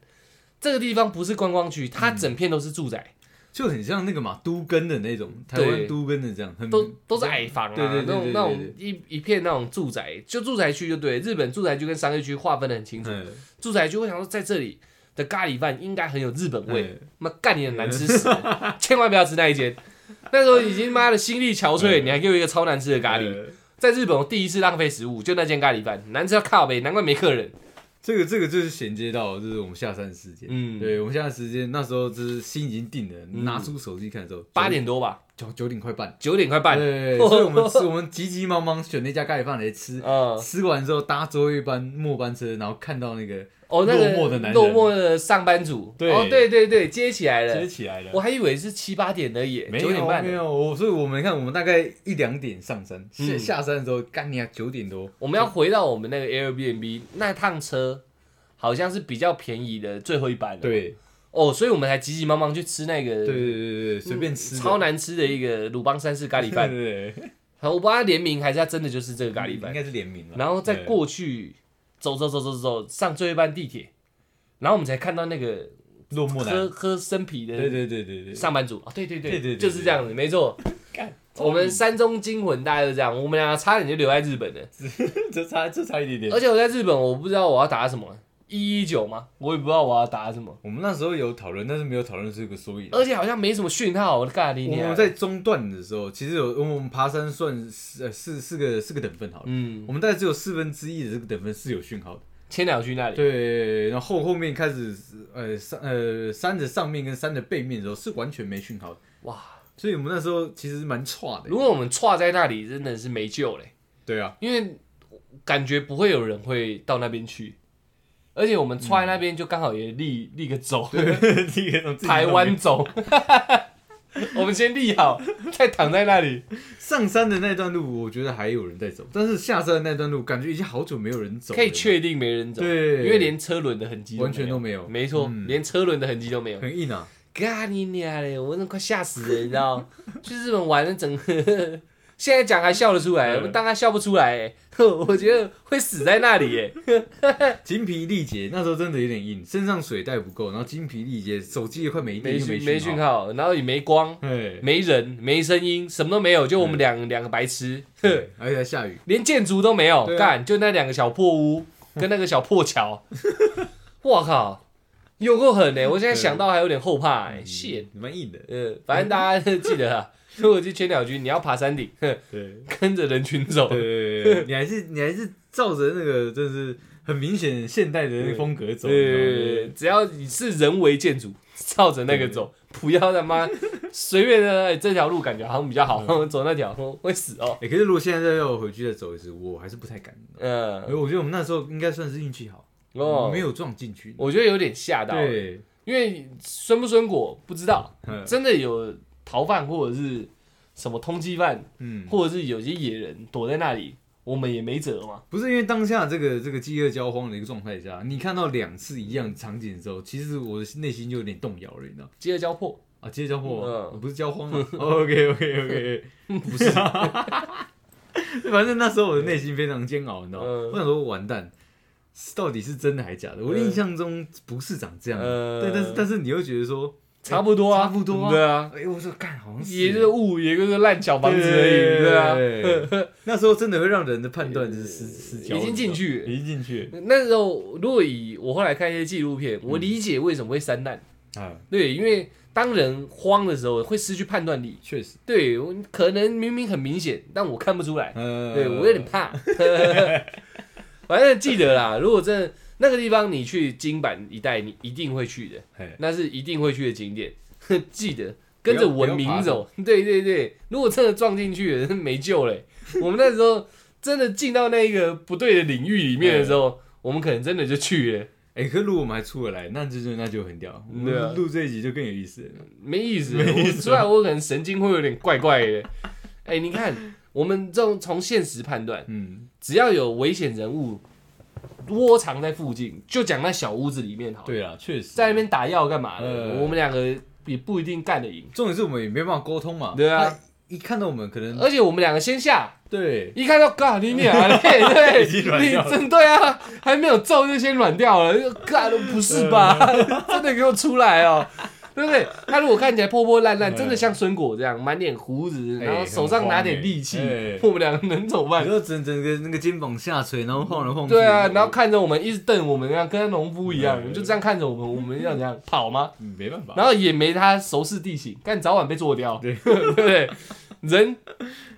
S1: 这个地方不是观光区，它整片都是住宅，
S2: 就很像那个嘛，都根的那种，台湾
S1: 对
S2: 都根的这样，很
S1: 都都是矮房啊，
S2: 嗯对对对对对
S1: 那种
S2: 对
S1: 那种一一片那种住宅，就住宅区就对了，日本住宅区跟商业区划分的很清楚，
S2: 嗯
S1: 住宅区会想说在这里。的咖喱饭应该很有日本味
S2: 嗯，
S1: 妈干你很难吃 死了，千万不要吃那一间。那时候已经妈的心力憔悴，
S2: 嗯
S1: 你还给我一个超难吃的咖喱。
S2: 呃
S1: 在日本，我第一次浪费食物，就那间咖喱饭难吃到靠北，难怪没客人。
S2: 这个这个就是衔接到就是我们下山时间，
S1: 嗯
S2: 对我们下山时间那时候就是心已经定了，拿出手机看的时候，
S1: 八点多吧，
S2: 九九九点快半，
S1: 九点快半，
S2: 对，所以我们吃我们急急忙忙选那家咖喱饭来吃，
S1: 嗯，
S2: 吃完之后搭最后一班末班车，然后看到那个
S1: 哦，那个
S2: 落寞的男人
S1: 落寞的上班族，
S2: 对
S1: 哦，对对对，接起来
S2: 接
S1: 了，
S2: 起来了
S1: 我。还以为是七八点而已，
S2: 没有
S1: 九点半
S2: 没，有，我所以我们看，我们大概一两点上山，下
S1: 嗯
S2: 下山的时候，干你啊，九点多，
S1: 我们要回到我们那个 Airbnb 那趟车，好像是比较便宜的最后一班了，，
S2: 对
S1: 哦，所以我们才急急忙忙去吃那
S2: 对
S1: 个
S2: 对对对对，随便吃的，
S1: 超难吃的一个鲁邦山式咖喱 饭，
S2: 对对对
S1: 好我不知道它联名还是它真的就是这个咖喱
S2: 应
S1: 饭，
S2: 该是联名了，
S1: 然后再
S2: 对
S1: 过去走走走走走上最后一班地铁，然后我们才看到那个
S2: 落寞男
S1: 喝，喝生啤的
S2: 对对对对对，
S1: 上班族啊，对对
S2: 对
S1: 对
S2: 对对
S1: 就是这样子，没错。
S2: 干
S1: 我们山中惊魂大概就这样，我们俩差点就留在日本了。
S2: 这差这差一点点
S1: 而。且我在日本，我不知道我要打什么一一九吗？我也不知道我要打什么，
S2: 我们那时候有讨论，但是没有讨论出一个所以然。
S1: 而且好像没什么讯号。我的咖喱
S2: 我
S1: 娘
S2: 们在中段的时候，其实有我们爬山算是呃四四个四个等分好了，
S1: 嗯
S2: 我们大概只有四分之一的这个等分是有讯号的。
S1: 千鸟区那里，
S2: 对，然后后面开始呃山呃山的上面跟山的背面的时候是完全没讯号的，
S1: 哇！
S2: 所以我们那时候其实蛮差的
S1: 如。果我们岔在那里，真的是没救嘞，
S2: 对啊，
S1: 因为感觉不会有人会到那边去，而且我们岔在那边就刚好也立立个走，
S2: 第一个 从自己
S1: 台湾
S2: 弄
S1: 走。 我们先立好，再躺在那里。
S2: 上山的那段路，我觉得还有人在走，但是下山的那段路感觉已经好久没有人走了，
S1: 可以确定没人走，
S2: 对
S1: 因为连车轮的痕迹
S2: 完全都没有
S1: 没错，
S2: 嗯
S1: 连车轮的痕迹都没有。
S2: 很硬啊。
S1: 嘎你娘嘞，我真的快吓死了，你知道？ 去日本玩了整个，现在讲还笑得出来，
S2: 嗯
S1: 我当然笑不出来、欸， 我觉得会死在那里、 欸，
S2: 精疲力竭，那时候真的有点硬，身上水带不够，然后精疲力竭，手机也快没
S1: 没
S2: 电，又
S1: 讯
S2: 没
S1: 没
S2: 讯
S1: 讯
S2: 号。
S1: 号，然后也没光，
S2: 对，
S1: 没人，没声音，什么都没有，就我们两两个白痴，
S2: 对而且还下雨，
S1: 连建筑都没有
S2: 对，啊
S1: 干、就那两个小破屋跟那个小破 桥，我靠，有够狠呢、我现在想到还有点后怕、
S2: 嗯
S1: 欸，谢。
S2: 蛮硬的。
S1: 呃，反正大家记得啊 啦，如果去千鸟居，你要爬山顶，哼
S2: 对，
S1: 跟着人群走。
S2: 对，你还是你还是照着那个真的是很明显现代的那个风格走，你知道吗
S1: 对，只要你是人为建筑， 照着那个走，不要他 妈随便的哎这条路感觉好像比较好，走那条会死哦。
S2: 哎、可是如果现在再要我回去再走一次，我还是不太敢。
S1: 嗯，
S2: 而我觉得我们那时候应该算是运气好，我
S1: 哦，
S2: 们没，有撞进去。
S1: 我觉得有点吓到，
S2: 对，
S1: 因为酸不酸果不知道，
S2: 嗯
S1: 真的有逃犯或者是什么通缉犯，
S2: 嗯，
S1: 或者是有些野人躲在那里，我们也没辙嘛。
S2: 不是因为当下这个这个饥饿交荒的一个状态下，你看到两次一样的场景的时候，其实我的内心就有点动摇了，你知道吗
S1: 接着交破，
S2: 啊，饥饿交荒啊，
S1: 嗯
S2: 我不是交荒 啊。OK OK OK，不是。反正那时候我的内心非常煎熬，你知道吗？
S1: 嗯
S2: 我想说完蛋，到底是真的还是假的？我
S1: 嗯
S2: 印象中不是长这样的，
S1: 嗯
S2: 对，但是但是你又觉得说，
S1: 差不多啊，
S2: 差不多啊
S1: 对啊，
S2: 哎、我说干，好像是欸
S1: 也就是误，也就是烂小房子而
S2: 对
S1: 已，对啊，
S2: 那时候真的会让人的判断是失失焦，
S1: 已经进去了
S2: 已经进去
S1: 那时候如果以我后来看一些纪录片，我理解为什么会三难，
S2: 啊，
S1: 对，因为当人慌的时候会失去判断力，
S2: 确实，
S1: 对，我可能明明很明显，但我看不出来，
S2: 呃
S1: 对我有点怕。 反正记得啦，如果真的那个地方你去金板一带，你一定会去的，
S2: 嘿
S1: 那是一定会去的景点， 记得跟着
S2: 不要
S1: 文
S2: 不要
S1: 明
S2: 爬
S1: 走。对对对，如果真的撞进去了，没救了欸、我们那时候真的进到那个不对的领域里面的时候，我们可能真的就去了，
S2: 哎，可如果我们还出得来，那就就那就很屌。我
S1: 对啊
S2: 们录这一集就更有意思了。
S1: 没意思。
S2: 没意
S1: 我
S2: 思
S1: 虽然我可能神经会有点怪怪的，哎、你看我们这种从现实判断，
S2: 嗯，
S1: 只要有危险人物窝藏在附近，就讲那小屋子里面好了，
S2: 对啊，确实，
S1: 在那边打药干嘛的？
S2: 呃
S1: 我们两个也不一定干得赢，
S2: 重点是我们也没办法沟通嘛。
S1: 对啊呃
S2: 他一看到我们可能
S1: 而且我们两个先下。
S2: 对，
S1: 一看到嘎，你脸 啊，对
S2: 已经软
S1: 对，
S2: 掉
S1: 你
S2: 了
S1: 真对啊，还没有皱就先软掉了，嘎都不是吧？
S2: 嗯
S1: 真的给我出来哦，对不对？他如果看起来破破烂烂，
S2: 嗯
S1: 真的像孙果这样，满脸胡子，
S2: 哎
S1: 然后手上拿点力气
S2: 很荒哎哎，
S1: 我们两个能怎么办
S2: 然？后整整个那个肩膀下垂，然后晃来晃去。
S1: 对啊，然后看着我们一直瞪我们，一样跟那农夫一样，
S2: 嗯
S1: 就这样看着我们，我们要怎样跑吗？
S2: 嗯没办法。
S1: 然后也没他熟视地形，但早晚被做掉，
S2: 对
S1: 对不对？人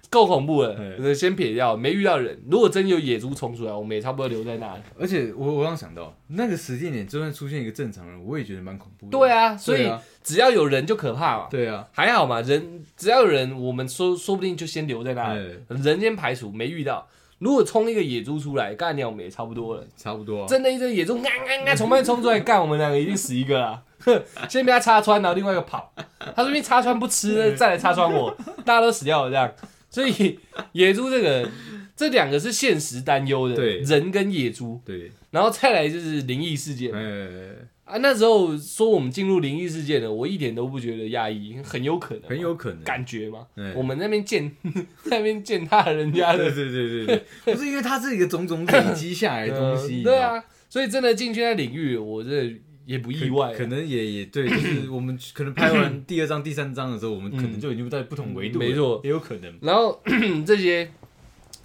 S1: 够恐怖了，
S2: 对
S1: 先撇掉，没遇到人。如果真有野猪冲出来，我们也差不多留在那里。
S2: 而且我我刚想到，那个时间点就算出现一个正常人，我也觉得蛮恐怖的。
S1: 对，啊，所
S2: 对
S1: 以
S2: 啊
S1: 只要有人就可怕嘛，
S2: 对啊，
S1: 还好嘛，人只要有人，我们说说不定就先留在那里，
S2: 哎，
S1: 人先排除，没遇到。如果冲一个野猪出来，干掉我们也差不多了。
S2: 差不多啊。
S1: 真的，一只野猪啊啊啊从外面冲出来干，我们两个一定死一个啦。 先被他插穿，然后另外一个跑，他说不定插穿不吃，再来插穿我，大家都死掉了这样。所以野猪这个，这两个是现实担忧的，
S2: 对
S1: 人跟野猪，
S2: 对，
S1: 然后再来就是灵异事件
S2: 哎。
S1: 啊。那时候说我们进入灵异事件了，我一点都不觉得讶异，很有可能，
S2: 很有可能。
S1: 感觉嘛。
S2: 哎
S1: 我们那边践 那边践踏人家的
S2: 对对对对 对，不是因为它是一个种种累积下来的东西，
S1: 呃对啊，所以真的进去那领域，我真的也不
S2: 你知
S1: 意
S2: 道吗，
S1: 外啊，
S2: 可能也也对，就是 我们可能拍完第二章、第三章的时候，我们可能就已经在不同维度
S1: 嗯
S2: 了，
S1: 没错
S2: 也有可能。
S1: 然后 这些，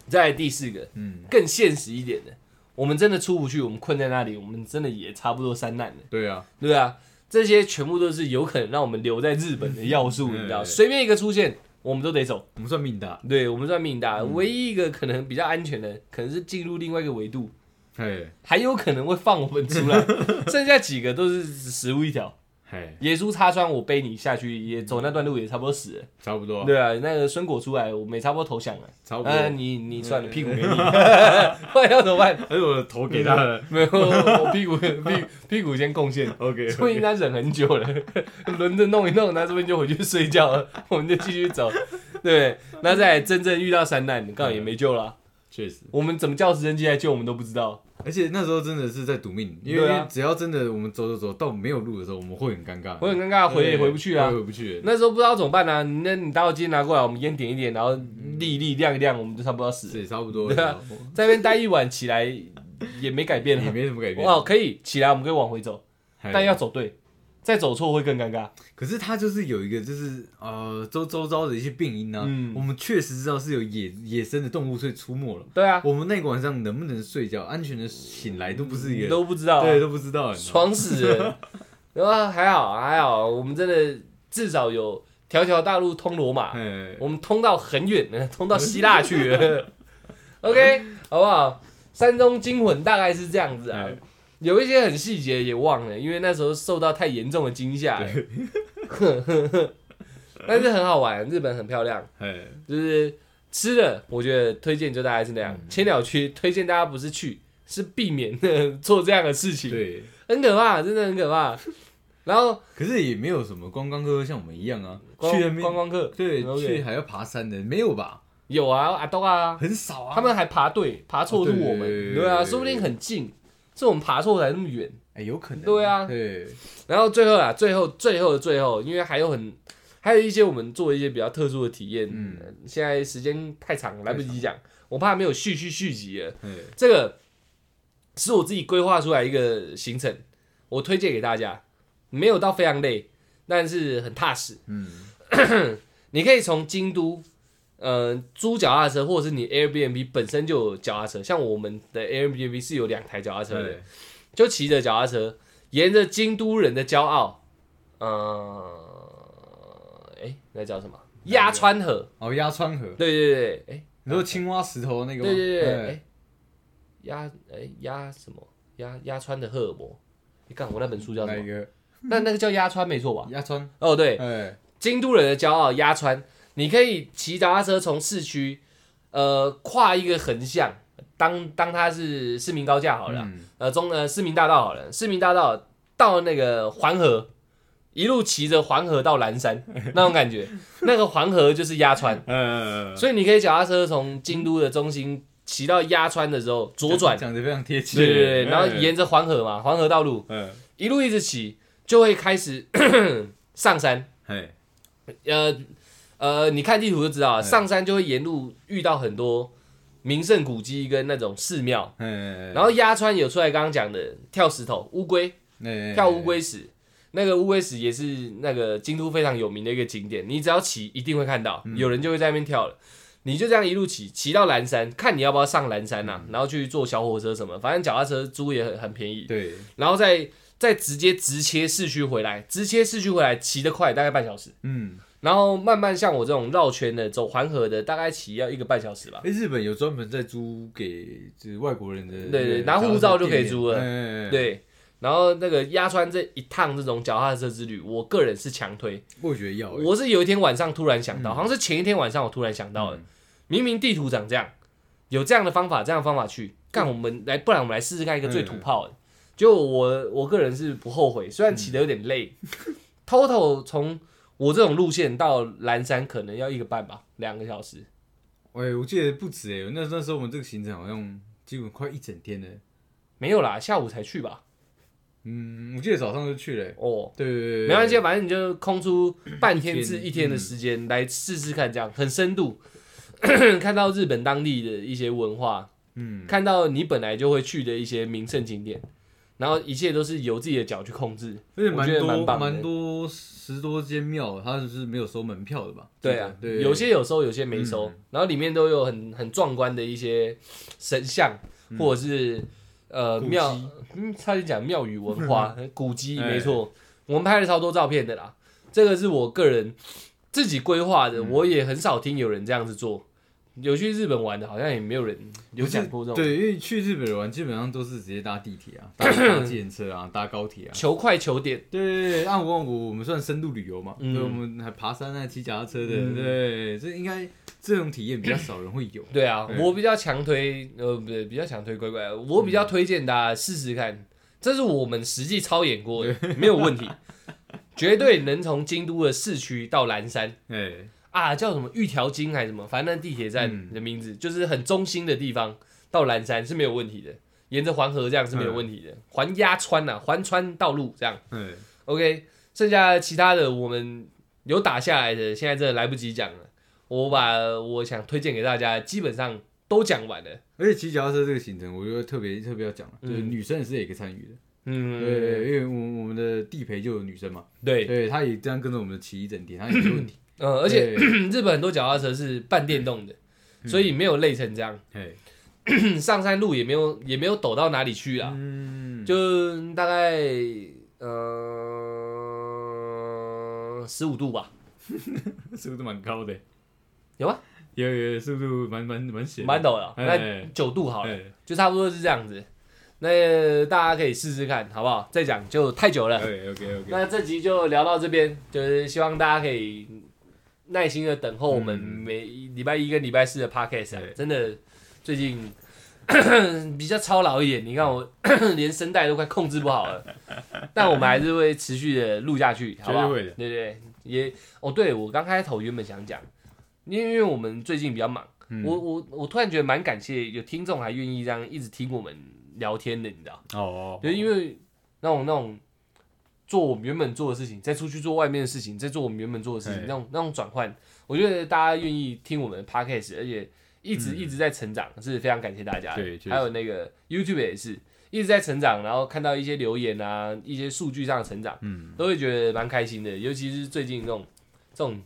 S1: 再来第四个
S2: 嗯，
S1: 更现实一点的，我们真的出不去，我们困在那里，我们真的也差不多三难了，
S2: 对啊，
S1: 对啊，这些全部都是有可能让我们留在日本的要素，你知道，
S2: 嗯
S1: 随便一个出现，我们都得走。
S2: 我们算命啊大，
S1: 对我们算命大，唯一一个可能比较安全的，可能是进入另外一个维度，
S2: 嘿，
S1: 还有可能会放我们出来，剩下几个都是死路一条。
S2: 嘿，
S1: 耶稣插穿，我背你下去，也走那段路也差不多死了。
S2: 差不多，
S1: 对啊，那个孙果出来，我们也差不多投降了。
S2: 差不多。
S1: 呃，你你算了，屁股给你， 不然要怎么办？
S2: 而且哎我的头给他了
S1: 没有，我屁股 屁屁股先贡献，
S2: ，OK，
S1: 所以应该忍很久 了，轮着弄一弄，那这边就回去睡觉了，我们就继续走，对，那再来真正遇到三难，告诉你也没救了啊、
S2: 确实。
S1: 我们怎么叫直升机来救，我们都不知道。
S2: 而且那时候真的是在赌命，因为
S1: 对啊
S2: 只要真的我们走走走到没有路的时候，我们会很尴尬，
S1: 我很尴尬，回也回不去啊
S2: 对。回不去。
S1: 那时候不知道怎么办啊，那你打火机拿过来，我们烟点一点，然后立一立亮一亮，我们就差不多要死了。
S2: 也差不多，
S1: 对啊在那边待一晚，起来也没改变
S2: 也
S1: 了。
S2: 没什么改变。
S1: 哦，可以起来，我们可以往回走，
S2: 嘿
S1: 但要走对，再走错会更尴尬。
S2: 可是他就是有一个，就是呃周周遭的一些病因呢、啊
S1: 嗯
S2: 我们确实知道是有野野生的动物所以出没了。
S1: 对啊，
S2: 我们那个晚上能不能睡觉，安全的醒来都不是一个，
S1: 都不知道啊，
S2: 对都不知道。你知道吗
S1: 爽死 了。然后还好还好，我们真的至少有条条大路通罗马，
S2: 哎，
S1: 我们通到很远的，通到希腊去了。OK，好不好？山中惊魂大概是这样子啊，
S2: 哎
S1: 有一些很细节也忘了，因为那时候受到太严重的惊吓了。 但是很好玩，日本很漂亮，
S2: 哎，
S1: 就是吃的，我觉得推荐就大概是那样。
S2: 嗯
S1: 千鸟区推荐大家不是去，是避免做这样的事情，
S2: 对，
S1: 很可怕，真的很可怕。然后
S2: 可是也没有什么观光客像我们一样啊，
S1: 观
S2: 去那边
S1: 观光客
S2: 对
S1: OK
S2: 去还要爬山的，没有吧？
S1: 有啊，阿东啊，
S2: 很少啊。
S1: 他们还爬队，爬错
S2: 哦
S1: 路
S2: 对
S1: 我
S2: 对对
S1: 们，
S2: 对
S1: 对啊，
S2: 对
S1: 说不定很近，是我们爬错才那么远。
S2: 哎，有可能。
S1: 对啊
S2: 对，
S1: 然后最后啊，最后最后的最后，因为还有很还有一些我们做一些比较特殊的体验，
S2: 嗯
S1: 嗯，现在时间太长来不及讲，我怕没有续续续集了。
S2: 哎，
S1: 这个是我自己规划出来一个行程，我推荐给大家，没有到非常累，但是很踏实。
S2: 嗯，
S1: 你可以从京都，呃，租脚踏车，或者是你 Airbnb 本身就有脚踏车，像我们的 Airbnb 是有两台脚踏车的，
S2: 对，
S1: 就骑着脚踏车，沿着京都人的骄傲，呃，哎，那叫什么？鸭川河，
S2: 哦，鸭川河，
S1: 对对对，哎，
S2: 你说青蛙石头那个吗？
S1: 对对对，
S2: 哎
S1: 哎，鸭哎鸭什么鸭鸭川的荷尔蒙？你看我那本书叫什
S2: 哪
S1: 么
S2: 一？个？
S1: 那那个叫鸭川没错吧？
S2: 鸭川，
S1: 哦，对，
S2: 哎，
S1: 京都人的骄傲鸭川，你可以骑脚踏车从市区，呃，跨一个横向，当当它是市民高架好了，
S2: 嗯
S1: 呃中呃市民大道好了，市民大道到那个环河，一路骑着环河到蓝山那种感觉，那个环河就是鸭川，
S2: 呃，
S1: 所以你可以脚踏车从京都的中心骑到鸭川的时候左转，
S2: 讲的非常贴切。
S1: 对对对，然后
S2: 哎，
S1: 沿着环河嘛，环河道路
S2: 嗯，
S1: 一路一直骑，就会开始 上山。
S2: 哎，
S1: 呃呃，你看地图就知道了，上山就会沿路遇到很多名胜古迹跟那种寺庙，
S2: 哎，
S1: 然后鸭川有出来刚刚讲的跳石头乌龟，
S2: 哎
S1: 跳乌，龟石，那个乌龟石也是那个京都非常有名的一个景点，你只要骑一定会看到，有人就会在那边跳了。你就这样一路骑，骑到蓝山，看你要不要上蓝山呐、啊然后去坐小火车什么，反正脚踏车租也很很便宜，
S2: 对，
S1: 然后再再直接直切市区回来，直切市区回来骑得快，大概半小时。
S2: 嗯，
S1: 然后慢慢像我这种绕圈的走环河的，大概骑要一个半小时吧。
S2: 哎，日本有专门在租给就是外国人的，
S1: 对对拿护照就可以租了
S2: 了，哎，
S1: 对，然后那个压川这一趟这种脚踏车之旅，我个人是强推。
S2: 我也觉得要，哎
S1: 我是有一天晚上突然想到，好像是前一天晚上我突然想到的
S2: 嗯，
S1: 明明地图长这样，有这样的方法，这样的方法去干，我们来，不然我们来试试看一个最土炮的。就我我个人是不后悔，虽然骑得有点累，total 从我这种路线到蓝山可能要一个半吧，两个小时。
S2: 喂，我记得不止哎，那那时候我们这个行程好像基本快一整天了。
S1: 没有啦，下午才去吧。
S2: 嗯，我记得早上就去了欸。
S1: 哦，
S2: 对对对，对
S1: 没关系，。反正你就空出半天至一
S2: 一天
S1: 天的时间来试试看，这样很深 度，看到日本当地的一些文化，
S2: 嗯，
S1: 看到你本来就会去的一些名胜景点，然后一切都是由自己的脚去控制。
S2: 而且
S1: 我
S2: 蛮
S1: 觉得蛮
S2: 多
S1: 棒的
S2: 蛮多十多间庙，它是没有收门票的吧？
S1: 对啊，
S2: 对，嗯
S1: 有些有收，有些没收，然后里面都有很很壮观的一些神像，或者是呃
S2: 嗯古迹
S1: 庙，嗯，差点讲庙宇文化古迹，
S2: 哎
S1: 没错，我们拍了超多照片的啦。这个是我个人自己规划
S2: 嗯
S1: 的，我也很少听有人这样子做。有去日本玩的，好像也没有人有
S2: 不是
S1: 讲过这种
S2: 对，因为去日本玩基本上都是直接搭地铁啊，搭搭计程车啊，搭高铁啊。
S1: 求快求点。
S2: 对对对，按我我我们算深度旅游嘛，
S1: 嗯
S2: 对，我们还爬山啊，骑脚踏车的，
S1: 嗯
S2: 对，这应该这种体验比较少
S1: 。
S2: 人会有
S1: 对啊，
S2: 对
S1: 我比较强推，呃，不对，比较强推乖乖，我比较推荐大家试试看，这是我们实际操演过的，没有问题， 绝对能从京都的市区到岚山
S2: 哎，
S1: 啊，叫什么玉条津还是什么，反正那地铁站
S2: 嗯
S1: 的名字、就是很中心的地方，到岚山是没有问题的，沿着环河这样是没
S2: 嗯
S1: 有问题的，环鸭川呐、啊，环川道路这样
S2: 哎，
S1: ，OK，剩下其他的我们有打下来的，现在真的来不及讲了。我把我想推荐给大家，基本上都讲完了。
S2: 而且骑脚踏车这个行程，我觉得特别特别要讲了，就是
S1: 嗯
S2: 女生也是有一个参与的。
S1: 嗯，
S2: 对，因为我我们的地陪就有女生嘛，
S1: 对，
S2: 对，她也这样跟着我们骑一整天，她也没问题。
S1: 嗯， 而且
S2: 对， 嗯
S1: 日本很多脚踏车是半电动的，所以没有累成这样，嗯
S2: 哎，
S1: 上山路也没有也没有陡到哪里去 啊，
S2: 嗯，
S1: 就大概呃十五度吧，
S2: 是不是蛮高的？
S1: 有啊，
S2: 有有有速度蛮蛮蛮险的，
S1: 蛮陡的，
S2: 哎
S1: 那九度好了，
S2: 哎
S1: 就差不多是这样子。那大家可以试试看，好不好？再讲就太久 了。
S2: ，OK OK OK，
S1: 那这集就聊到这边，就是希望大家可以耐心的等候我们
S2: 嗯
S1: 每礼拜一跟礼拜四的 podcast 啊
S2: 对。
S1: 真的，最近 比较操劳一点，你看我 连声带都快控制不好了，但我们还是会持续的录下去，好不好？
S2: 绝
S1: 对
S2: 对会的
S1: 对对，也哦，对我刚开头原本想讲，因为因为我们最近比较忙，
S2: 嗯
S1: 我我我突然觉得蛮感谢有听众还愿意这样一直听我们聊天的，你知道。
S2: 哦，
S1: 就是因为那种那种做我们原本做的事情，再出去做外面的事情，再做我们原本做的事情，
S2: 对
S1: 那种那种转换，我觉得大家愿意听我们的 podcast，而且一直一直在成长，是非常感谢大家的。
S2: 嗯对确实
S1: 还有那个 YouTube 也是一直在成长，然后看到一些留言啊，一些数据上的成长，
S2: 嗯，
S1: 都会觉得蛮开心的。尤其是最近这种这种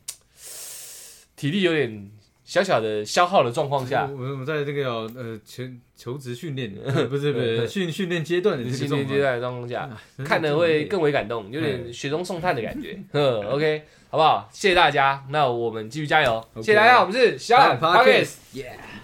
S1: 体力有点小小的消耗的状况下，
S2: 我我们在这个叫呃求求职训 练，呃不是不是训训练阶段的这
S1: 新
S2: 个
S1: 年阶
S2: 状况，嗯
S1: 段的状况下，
S2: 真的
S1: 看了
S2: 真的
S1: 会
S2: 累
S1: 更为感动，有点雪中送炭的感觉。 嗯，OK，好不好？谢谢大家，那我们继续加油，
S2: OK
S1: 谢谢大家，我们是小懒
S2: Podcast
S1: Pockets，
S2: yeah